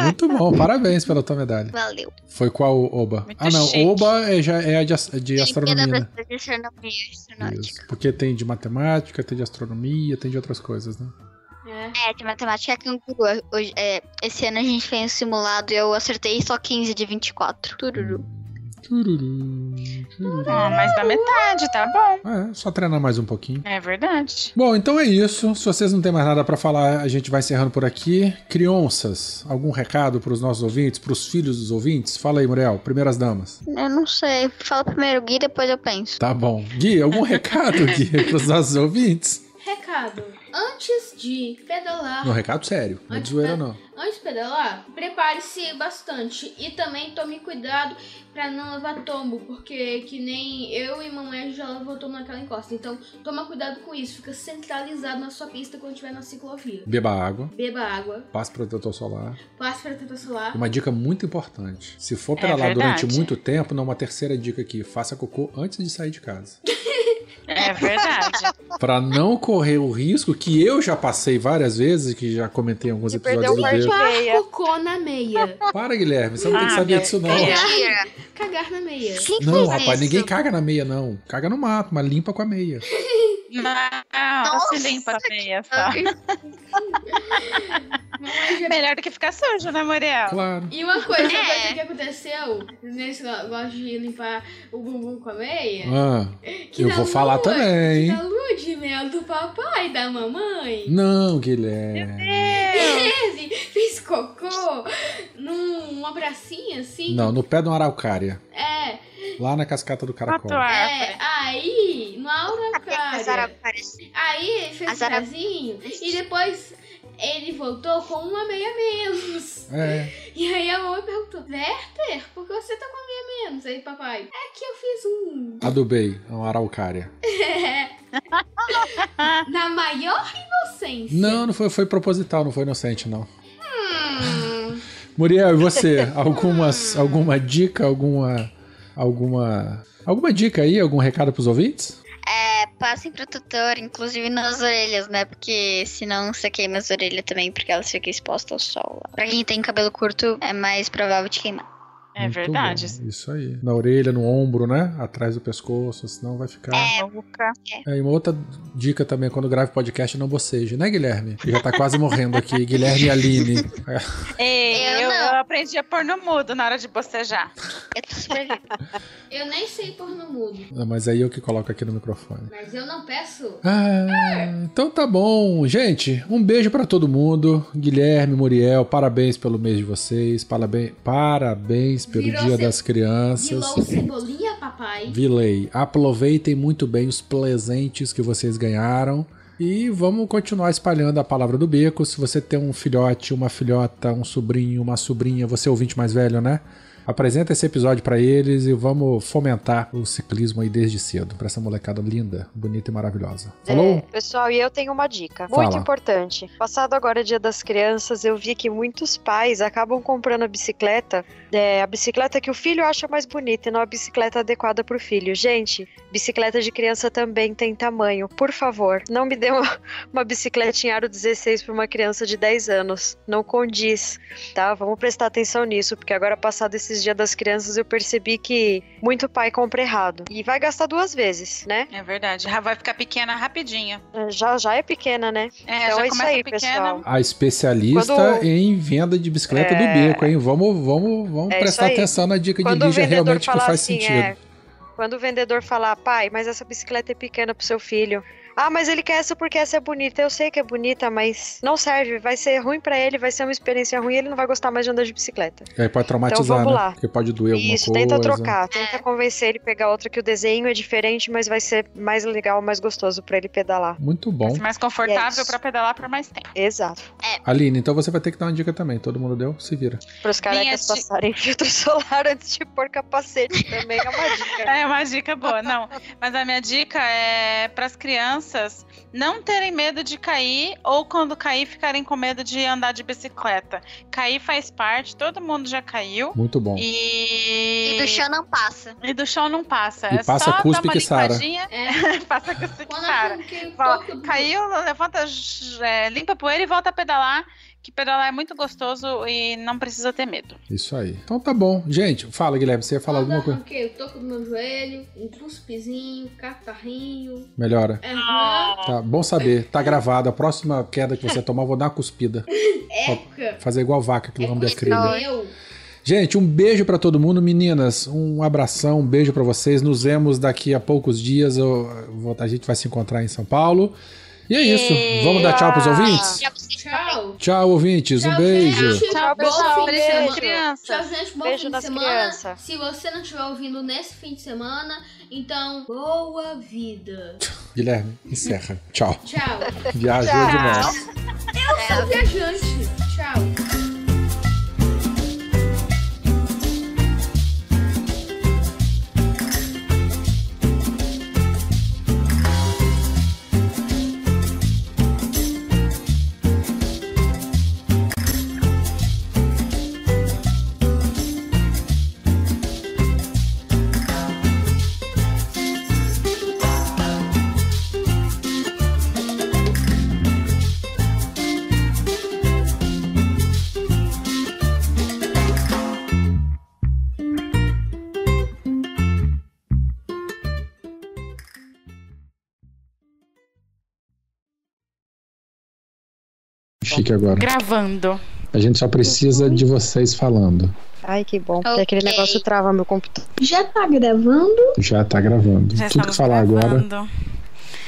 Speaker 2: Muito bom, parabéns pela tua medalha.
Speaker 4: Valeu.
Speaker 2: Foi qual Oba?
Speaker 5: Muito
Speaker 2: ah, não,
Speaker 5: chique.
Speaker 2: Oba é, já, é a de, as- de astronomia. né?
Speaker 4: Brasileira de astronomia, astronáutica.
Speaker 2: Isso. Porque tem de matemática, tem de astronomia, tem de outras coisas, né?
Speaker 3: né?
Speaker 4: É, de matemática é canguru. Hoje, é, esse ano a gente fez um simulado e eu acertei só 15 de 24. Tururu.
Speaker 2: Tururu, tururu.
Speaker 5: Ah, mas da metade, tá bom.
Speaker 2: Ah, é, só treinar mais um pouquinho.
Speaker 5: É verdade.
Speaker 2: Bom, então é isso. Se vocês não têm mais nada pra falar, a gente vai encerrando por aqui. Crianças, algum recado pros nossos ouvintes, pros filhos dos ouvintes? Fala aí, Muriel, primeiras damas.
Speaker 4: Eu não sei. Fala primeiro o Gui, depois eu penso.
Speaker 2: Tá bom. Gui, algum <laughs> recado, Gui, pros nossos ouvintes?
Speaker 3: Recado: antes de
Speaker 5: Ah,
Speaker 3: pedalar,
Speaker 2: Não, recado sério. Não é de zoeira, não.
Speaker 3: Antes de pedalar, prepare-se bastante e também tome cuidado pra não levar tombo, porque que nem eu e mamãe já levou tombo naquela encosta. Então, toma cuidado com isso, fica centralizado na sua pista quando estiver na ciclovia.
Speaker 2: Beba água,
Speaker 3: Beba água,
Speaker 2: passe protetor solar.
Speaker 3: passe protetor solar.
Speaker 2: Uma dica muito importante. Se for pedalar
Speaker 5: É verdade.
Speaker 2: durante muito tempo, não, uma terceira dica aqui. Faça cocô antes de sair de casa.
Speaker 5: É verdade.
Speaker 2: Pra não correr o risco que eu já passei várias vezes, que já comentei em alguns
Speaker 6: De perder
Speaker 2: episódios do Dedo.
Speaker 6: o quarto.
Speaker 3: Limpar
Speaker 6: Meia.
Speaker 3: cocô na meia.
Speaker 2: Para, Guilherme, você não tem que
Speaker 5: Ah,
Speaker 2: saber
Speaker 5: meu
Speaker 2: disso, não.
Speaker 5: Deus.
Speaker 4: Mentira.
Speaker 3: Cagar na meia.
Speaker 4: Quem
Speaker 2: Não,
Speaker 4: fez
Speaker 2: rapaz,
Speaker 4: isso?
Speaker 2: ninguém caga na meia, não. Caga no mato, mas limpa com a meia.
Speaker 5: Não, se limpa a meia
Speaker 4: <laughs>
Speaker 5: só.
Speaker 4: Ah.
Speaker 3: Mamãe já...
Speaker 5: Melhor do que ficar sujo, né, Muriel?
Speaker 2: Claro.
Speaker 3: E uma coisa, uma
Speaker 4: É.
Speaker 3: coisa que aconteceu nesse negócio de limpar o bumbum com a meia.
Speaker 2: Ah,
Speaker 3: que
Speaker 2: eu
Speaker 3: na
Speaker 2: vou falar
Speaker 3: lua-
Speaker 2: também.
Speaker 3: que Na lua de mel do papai e da mamãe.
Speaker 2: não, Guilherme.
Speaker 3: Teve, fez cocô num abracinho assim.
Speaker 2: Não, no pé de uma araucária.
Speaker 3: É,
Speaker 2: Lá na cascata do caracol.
Speaker 5: Matou a
Speaker 3: é.
Speaker 5: árvore.
Speaker 3: Aí, no
Speaker 4: As
Speaker 3: Auracária.
Speaker 4: araucárias.
Speaker 3: Aí ele fez
Speaker 4: As ara-
Speaker 3: pezinho e depois ele voltou com uma meia menos.
Speaker 2: É.
Speaker 3: E aí a mamãe perguntou: Werther, por que você tá com uma meia menos? Aí, papai, é que eu fiz um.
Speaker 2: Adubei, é uma araucária.
Speaker 3: Na maior inocência.
Speaker 2: Não, não foi, foi proposital, não foi inocente, não.
Speaker 3: Hum,
Speaker 2: Muriel, e
Speaker 5: <laughs>
Speaker 2: você? Algumas, alguma dica, alguma, alguma, alguma dica aí, algum recado pros ouvintes?
Speaker 4: É, passem pro tutor, inclusive nas orelhas, né? Porque senão você queima as orelhas também, porque elas ficam expostas ao sol. Pra quem tem cabelo curto, é mais provável de queimar.
Speaker 5: É
Speaker 2: Muito
Speaker 5: verdade.
Speaker 2: bom, Isso aí. Na orelha, no ombro, né? Atrás do pescoço, senão vai ficar.
Speaker 5: Boca.
Speaker 2: É, e uma outra dica também, quando grave podcast, não boceje, né, Guilherme? Já tá quase morrendo aqui, <laughs> Guilherme e Aline. É,
Speaker 5: Ei,
Speaker 4: Eu
Speaker 5: eu,
Speaker 4: não.
Speaker 5: eu aprendi a pôr no mudo na hora de bocejar.
Speaker 4: Eu tô super viva.
Speaker 3: eu nem sei pôr no mudo,
Speaker 2: Não, Mas aí eu que coloco aqui no microfone.
Speaker 3: mas eu não peço.
Speaker 2: Ah, então tá bom. Gente, um beijo pra todo mundo. Guilherme, Muriel, parabéns pelo mês de vocês. Parabéns, parabéns pelo
Speaker 3: Virou
Speaker 2: Dia
Speaker 3: ce-
Speaker 2: das Crianças.
Speaker 3: Vilou cebolinha, papai.
Speaker 2: Vilei, aproveitem muito bem os presentes que vocês ganharam. E vamos continuar espalhando a palavra do beco. Se você tem um filhote, uma filhota, um sobrinho, uma sobrinha, você é ouvinte mais velho, né? Apresenta esse episódio pra eles e vamos fomentar o ciclismo aí desde cedo, pra essa molecada linda, bonita e maravilhosa. Falou?
Speaker 6: É, pessoal, e eu tenho uma dica muito
Speaker 2: Fala.
Speaker 6: importante. Passado agora o Dia das Crianças, eu vi que muitos pais acabam comprando a bicicleta é, a bicicleta que o filho acha mais bonita e não a bicicleta adequada para o filho. Gente, bicicleta de criança também tem tamanho. Por favor, não me dê uma, <laughs> uma bicicleta em aro 16 para uma criança de 10 anos. Não condiz, tá? Vamos prestar atenção nisso, porque agora passado esses dias das crianças eu percebi que muito pai compra errado. E vai gastar duas vezes, né?
Speaker 5: É verdade. Já Vai ficar pequena rapidinho.
Speaker 6: Já, já é pequena, né?
Speaker 5: É,
Speaker 6: então
Speaker 5: já
Speaker 6: é isso
Speaker 5: começa
Speaker 6: aí,
Speaker 5: pequena.
Speaker 6: pessoal.
Speaker 2: A especialista
Speaker 6: Quando-
Speaker 2: em venda de bicicleta
Speaker 6: É.
Speaker 2: do beco, hein? Vamos, vamos, vamos
Speaker 6: É isso
Speaker 2: prestar
Speaker 6: aí.
Speaker 2: atenção na dica
Speaker 6: Quando
Speaker 2: de
Speaker 6: o
Speaker 2: Lígia é
Speaker 6: vendedor
Speaker 2: realmente que
Speaker 6: falar
Speaker 2: faz
Speaker 6: assim,
Speaker 2: sentido.
Speaker 6: é, Quando o vendedor falar, pai, mas essa bicicleta é pequena pro seu filho. Ah, mas ele quer essa porque essa é bonita. Eu sei que é bonita, mas não serve. Vai ser ruim pra ele, vai ser uma experiência ruim. Ele não vai gostar mais de andar de bicicleta.
Speaker 2: Aí pode traumatizar,
Speaker 6: então vamos
Speaker 2: né?
Speaker 6: lá.
Speaker 2: Porque pode doer alguma
Speaker 6: Isso,
Speaker 2: coisa.
Speaker 6: tenta trocar. Tenta convencer ele a pegar outra que o desenho é diferente, mas vai ser mais legal, mais gostoso pra ele pedalar.
Speaker 2: Muito bom.
Speaker 5: Vai ser mais
Speaker 6: É
Speaker 5: confortável
Speaker 6: isso.
Speaker 5: pra pedalar por mais tempo. <laughs>
Speaker 6: Exato.
Speaker 2: Aline, então você vai ter que dar uma dica também. Todo mundo deu? Se vira.
Speaker 6: Pros carecas
Speaker 5: de-
Speaker 6: passarem <laughs> filtro solar antes de pôr capacete também é uma dica.
Speaker 5: É uma dica boa, não. Mas a minha dica é para as crianças não terem medo de cair ou quando cair ficarem com medo de andar de bicicleta. Cair faz parte, todo mundo já caiu.
Speaker 2: Muito bom.
Speaker 5: E,
Speaker 4: E do chão não passa.
Speaker 5: E do chão não passa.
Speaker 2: E
Speaker 5: é
Speaker 2: passa,
Speaker 5: só
Speaker 2: cuspe
Speaker 5: dar uma
Speaker 2: que sara.
Speaker 5: limpadinha, <laughs>
Speaker 3: É,
Speaker 5: passa cuspe que
Speaker 3: quando
Speaker 5: sara.
Speaker 3: eu fiquei um
Speaker 5: Fala,
Speaker 3: pouco...
Speaker 5: Caiu, levanta, j- é, limpa a poeira e volta a pedalar. Que pedalar é muito gostoso e não precisa ter medo.
Speaker 2: Isso aí. Então tá bom. Gente, fala, Guilherme. Você ia falar
Speaker 3: Quando eu
Speaker 2: alguma coisa?
Speaker 3: arranquei o toco do meu joelho, um cuspezinho, catarrinho.
Speaker 2: Melhora.
Speaker 3: É,
Speaker 5: Ah.
Speaker 3: uma
Speaker 2: Tá, bom saber. Tá gravado. A próxima queda que você tomar, eu vou dar uma cuspida.
Speaker 3: eca.
Speaker 2: Fazer igual vaca que lambe a
Speaker 3: cuspidão.
Speaker 2: crilha.
Speaker 3: É Eu,
Speaker 2: Gente, um beijo pra todo mundo. Meninas, um abração, um beijo pra vocês. Nos vemos daqui a poucos dias. Eu- vou- a gente vai se encontrar em São Paulo. E é isso. Vamos dar tchau pros ouvintes?
Speaker 4: Já vocês
Speaker 3: Tchau.
Speaker 2: Tchau, ouvintes. Um
Speaker 3: Tchau,
Speaker 2: beijo.
Speaker 3: gente. Bom
Speaker 5: Tchau, pessoal.
Speaker 3: fim de semana.
Speaker 5: Beijo,
Speaker 6: Beijo.
Speaker 5: crianças.
Speaker 3: Tchau, gente. Bom
Speaker 6: Beijo
Speaker 3: fim de
Speaker 6: nas
Speaker 3: semana.
Speaker 6: crianças.
Speaker 3: Se você não estiver ouvindo nesse fim de semana, então boa vida.
Speaker 2: Guilherme, encerra. Tchau.
Speaker 6: <laughs>
Speaker 3: Tchau.
Speaker 2: Viajou demais.
Speaker 6: É.
Speaker 3: Sou viajante. Tchau.
Speaker 2: Chique agora.
Speaker 5: Gravando.
Speaker 2: A gente só precisa
Speaker 5: Uhum.
Speaker 2: de vocês falando.
Speaker 6: Ai, que bom. Porque Aquele
Speaker 4: Ok.
Speaker 6: negócio trava meu computador.
Speaker 9: Já tá gravando?
Speaker 2: Já tá gravando.
Speaker 5: Já
Speaker 2: tudo que
Speaker 5: estamos
Speaker 2: falar agora,
Speaker 5: gravando.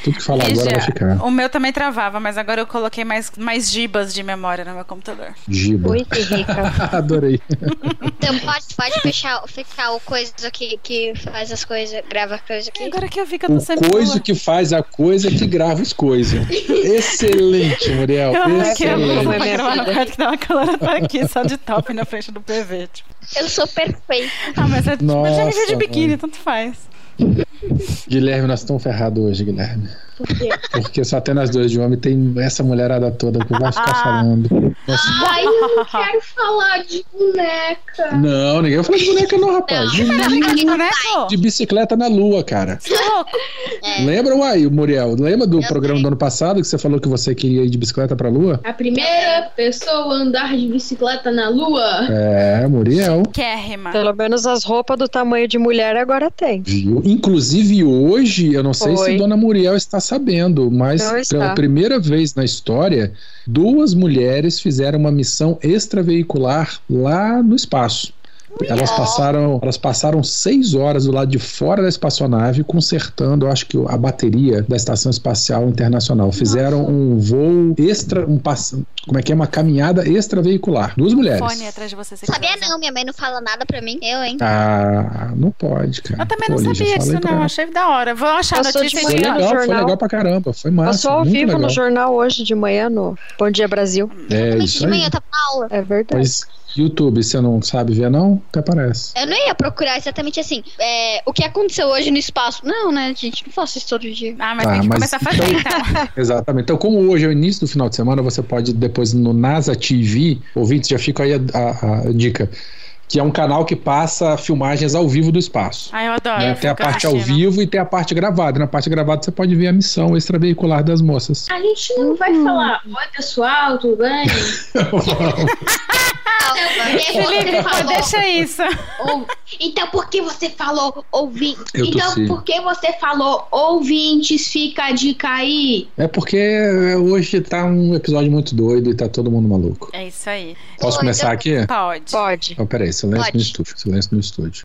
Speaker 2: tudo que falar
Speaker 5: Lígia,
Speaker 2: agora vai ficar.
Speaker 5: O meu também travava, mas agora eu coloquei mais, mais gibas de memória no meu computador.
Speaker 2: Giba.
Speaker 6: Oi, que rica.
Speaker 2: <laughs> Adorei.
Speaker 4: Então pode, pode fechar, ficar o coisa que, que faz as coisas, grava coisa aqui.
Speaker 5: Agora que eu vi que eu tô
Speaker 2: O
Speaker 5: sem
Speaker 2: coisa que faz a coisa é que grava os coisas.
Speaker 5: <laughs>
Speaker 2: Excelente, Muriel.
Speaker 5: Eu amo que eu
Speaker 2: Excelente.
Speaker 5: vou gravar no quarto que dá uma calor tá aqui, só de top na frente do PV. tipo.
Speaker 4: Eu sou perfeito.
Speaker 5: Ah, mas é mas já me vi
Speaker 2: Nossa,
Speaker 5: de biquíni,
Speaker 2: mano.
Speaker 5: tanto faz. <laughs>
Speaker 2: Guilherme, nós estamos ferrados hoje, Guilherme. Porque só tem nós dois de homem tem essa mulherada toda que vai
Speaker 5: Ah,
Speaker 2: ficar falando. Nossa,
Speaker 9: Ai, eu não quero falar de boneca.
Speaker 5: tá.
Speaker 2: Não, ninguém vai falar de boneca, não, rapaz. De,
Speaker 5: Né, pô?
Speaker 2: de bicicleta na lua, cara. Lembra, uai, Muriel? Lembra do programa do ano passado que você falou que você queria ir de bicicleta pra lua?
Speaker 3: A primeira pessoa a andar de bicicleta na lua.
Speaker 2: É, Muriel. Tá
Speaker 5: Quérrima.
Speaker 6: Pelo menos as roupas do tamanho de mulher agora tem.
Speaker 2: Viu? Inclusive hoje, eu não sei
Speaker 6: Foi.
Speaker 2: se Dona Muriel está sabendo, mas
Speaker 5: Então
Speaker 6: Não está.
Speaker 2: pela primeira vez na história, duas mulheres fizeram uma missão extraveicular lá no espaço. Elas passaram, elas passaram seis horas do lado de fora da espaçonave consertando, eu acho que a bateria da Estação Espacial Internacional. Fizeram um voo extra, um pass... como é que é, uma caminhada extraveicular. Duas mulheres.
Speaker 5: Fone é atrás de você. você
Speaker 4: Sabia
Speaker 5: gosta.
Speaker 4: não, minha mãe não fala nada pra mim. Eu, hein?
Speaker 2: Ah, não pode, cara.
Speaker 5: Eu também
Speaker 2: Pô,
Speaker 5: não
Speaker 2: Lígia,
Speaker 5: sabia
Speaker 2: falei
Speaker 5: disso,
Speaker 2: pra
Speaker 5: não.
Speaker 2: ela.
Speaker 5: Achei da hora. Vou achar a
Speaker 6: Eu sou de
Speaker 5: notícia
Speaker 2: Foi
Speaker 5: e
Speaker 6: manhã.
Speaker 5: te
Speaker 2: legal,
Speaker 5: mando.
Speaker 2: foi
Speaker 6: jornal.
Speaker 2: legal pra caramba. Foi massa.
Speaker 6: Passou Tá ao
Speaker 2: muito
Speaker 6: vivo
Speaker 2: legal.
Speaker 6: no jornal hoje de manhã no Bom Dia Brasil.
Speaker 2: É
Speaker 4: Mas
Speaker 2: isso
Speaker 4: de manhã
Speaker 2: aí.
Speaker 4: eu tava na aula.
Speaker 6: É verdade.
Speaker 2: Mas YouTube, você não sabe ver, não? Até parece.
Speaker 4: Eu não ia procurar exatamente assim. é, o que aconteceu hoje no espaço? Não, né, gente? Não faço isso todo dia.
Speaker 5: Ah, mas
Speaker 2: Tá,
Speaker 5: tem que
Speaker 2: mas
Speaker 5: começar a fazer então.
Speaker 2: Exatamente. Então, como hoje é o início do final de semana, você pode depois no NASA TV, ouvintes, já fica aí a, a- a dica. que é um canal que passa filmagens ao vivo do espaço.
Speaker 5: Ai, eu
Speaker 6: Ah,
Speaker 5: adoro.
Speaker 2: né?
Speaker 5: eu
Speaker 2: Tem a
Speaker 5: fico
Speaker 2: parte ao
Speaker 5: assistindo.
Speaker 2: vivo e tem a parte gravada. Na parte gravada você pode ver a missão extraveicular das
Speaker 4: <laughs>
Speaker 2: moças.
Speaker 3: A gente não vai
Speaker 9: Uhum.
Speaker 3: falar, oi pessoal, tudo bem?
Speaker 9: <laughs>
Speaker 5: Felipe, deixa isso.
Speaker 3: Ou- Então por que você falou ouvinte?
Speaker 2: Eu
Speaker 3: Então
Speaker 2: tossi.
Speaker 3: por que você falou ouvintes? Fica a dica aí.
Speaker 2: é porque hoje tá um episódio muito doido e tá todo mundo maluco.
Speaker 5: É isso aí.
Speaker 2: Posso
Speaker 4: Doido.
Speaker 2: começar aqui?
Speaker 5: Pode.
Speaker 6: Pode.
Speaker 2: Oh, peraí, silêncio
Speaker 4: Pode.
Speaker 2: no estúdio. Silêncio no estúdio.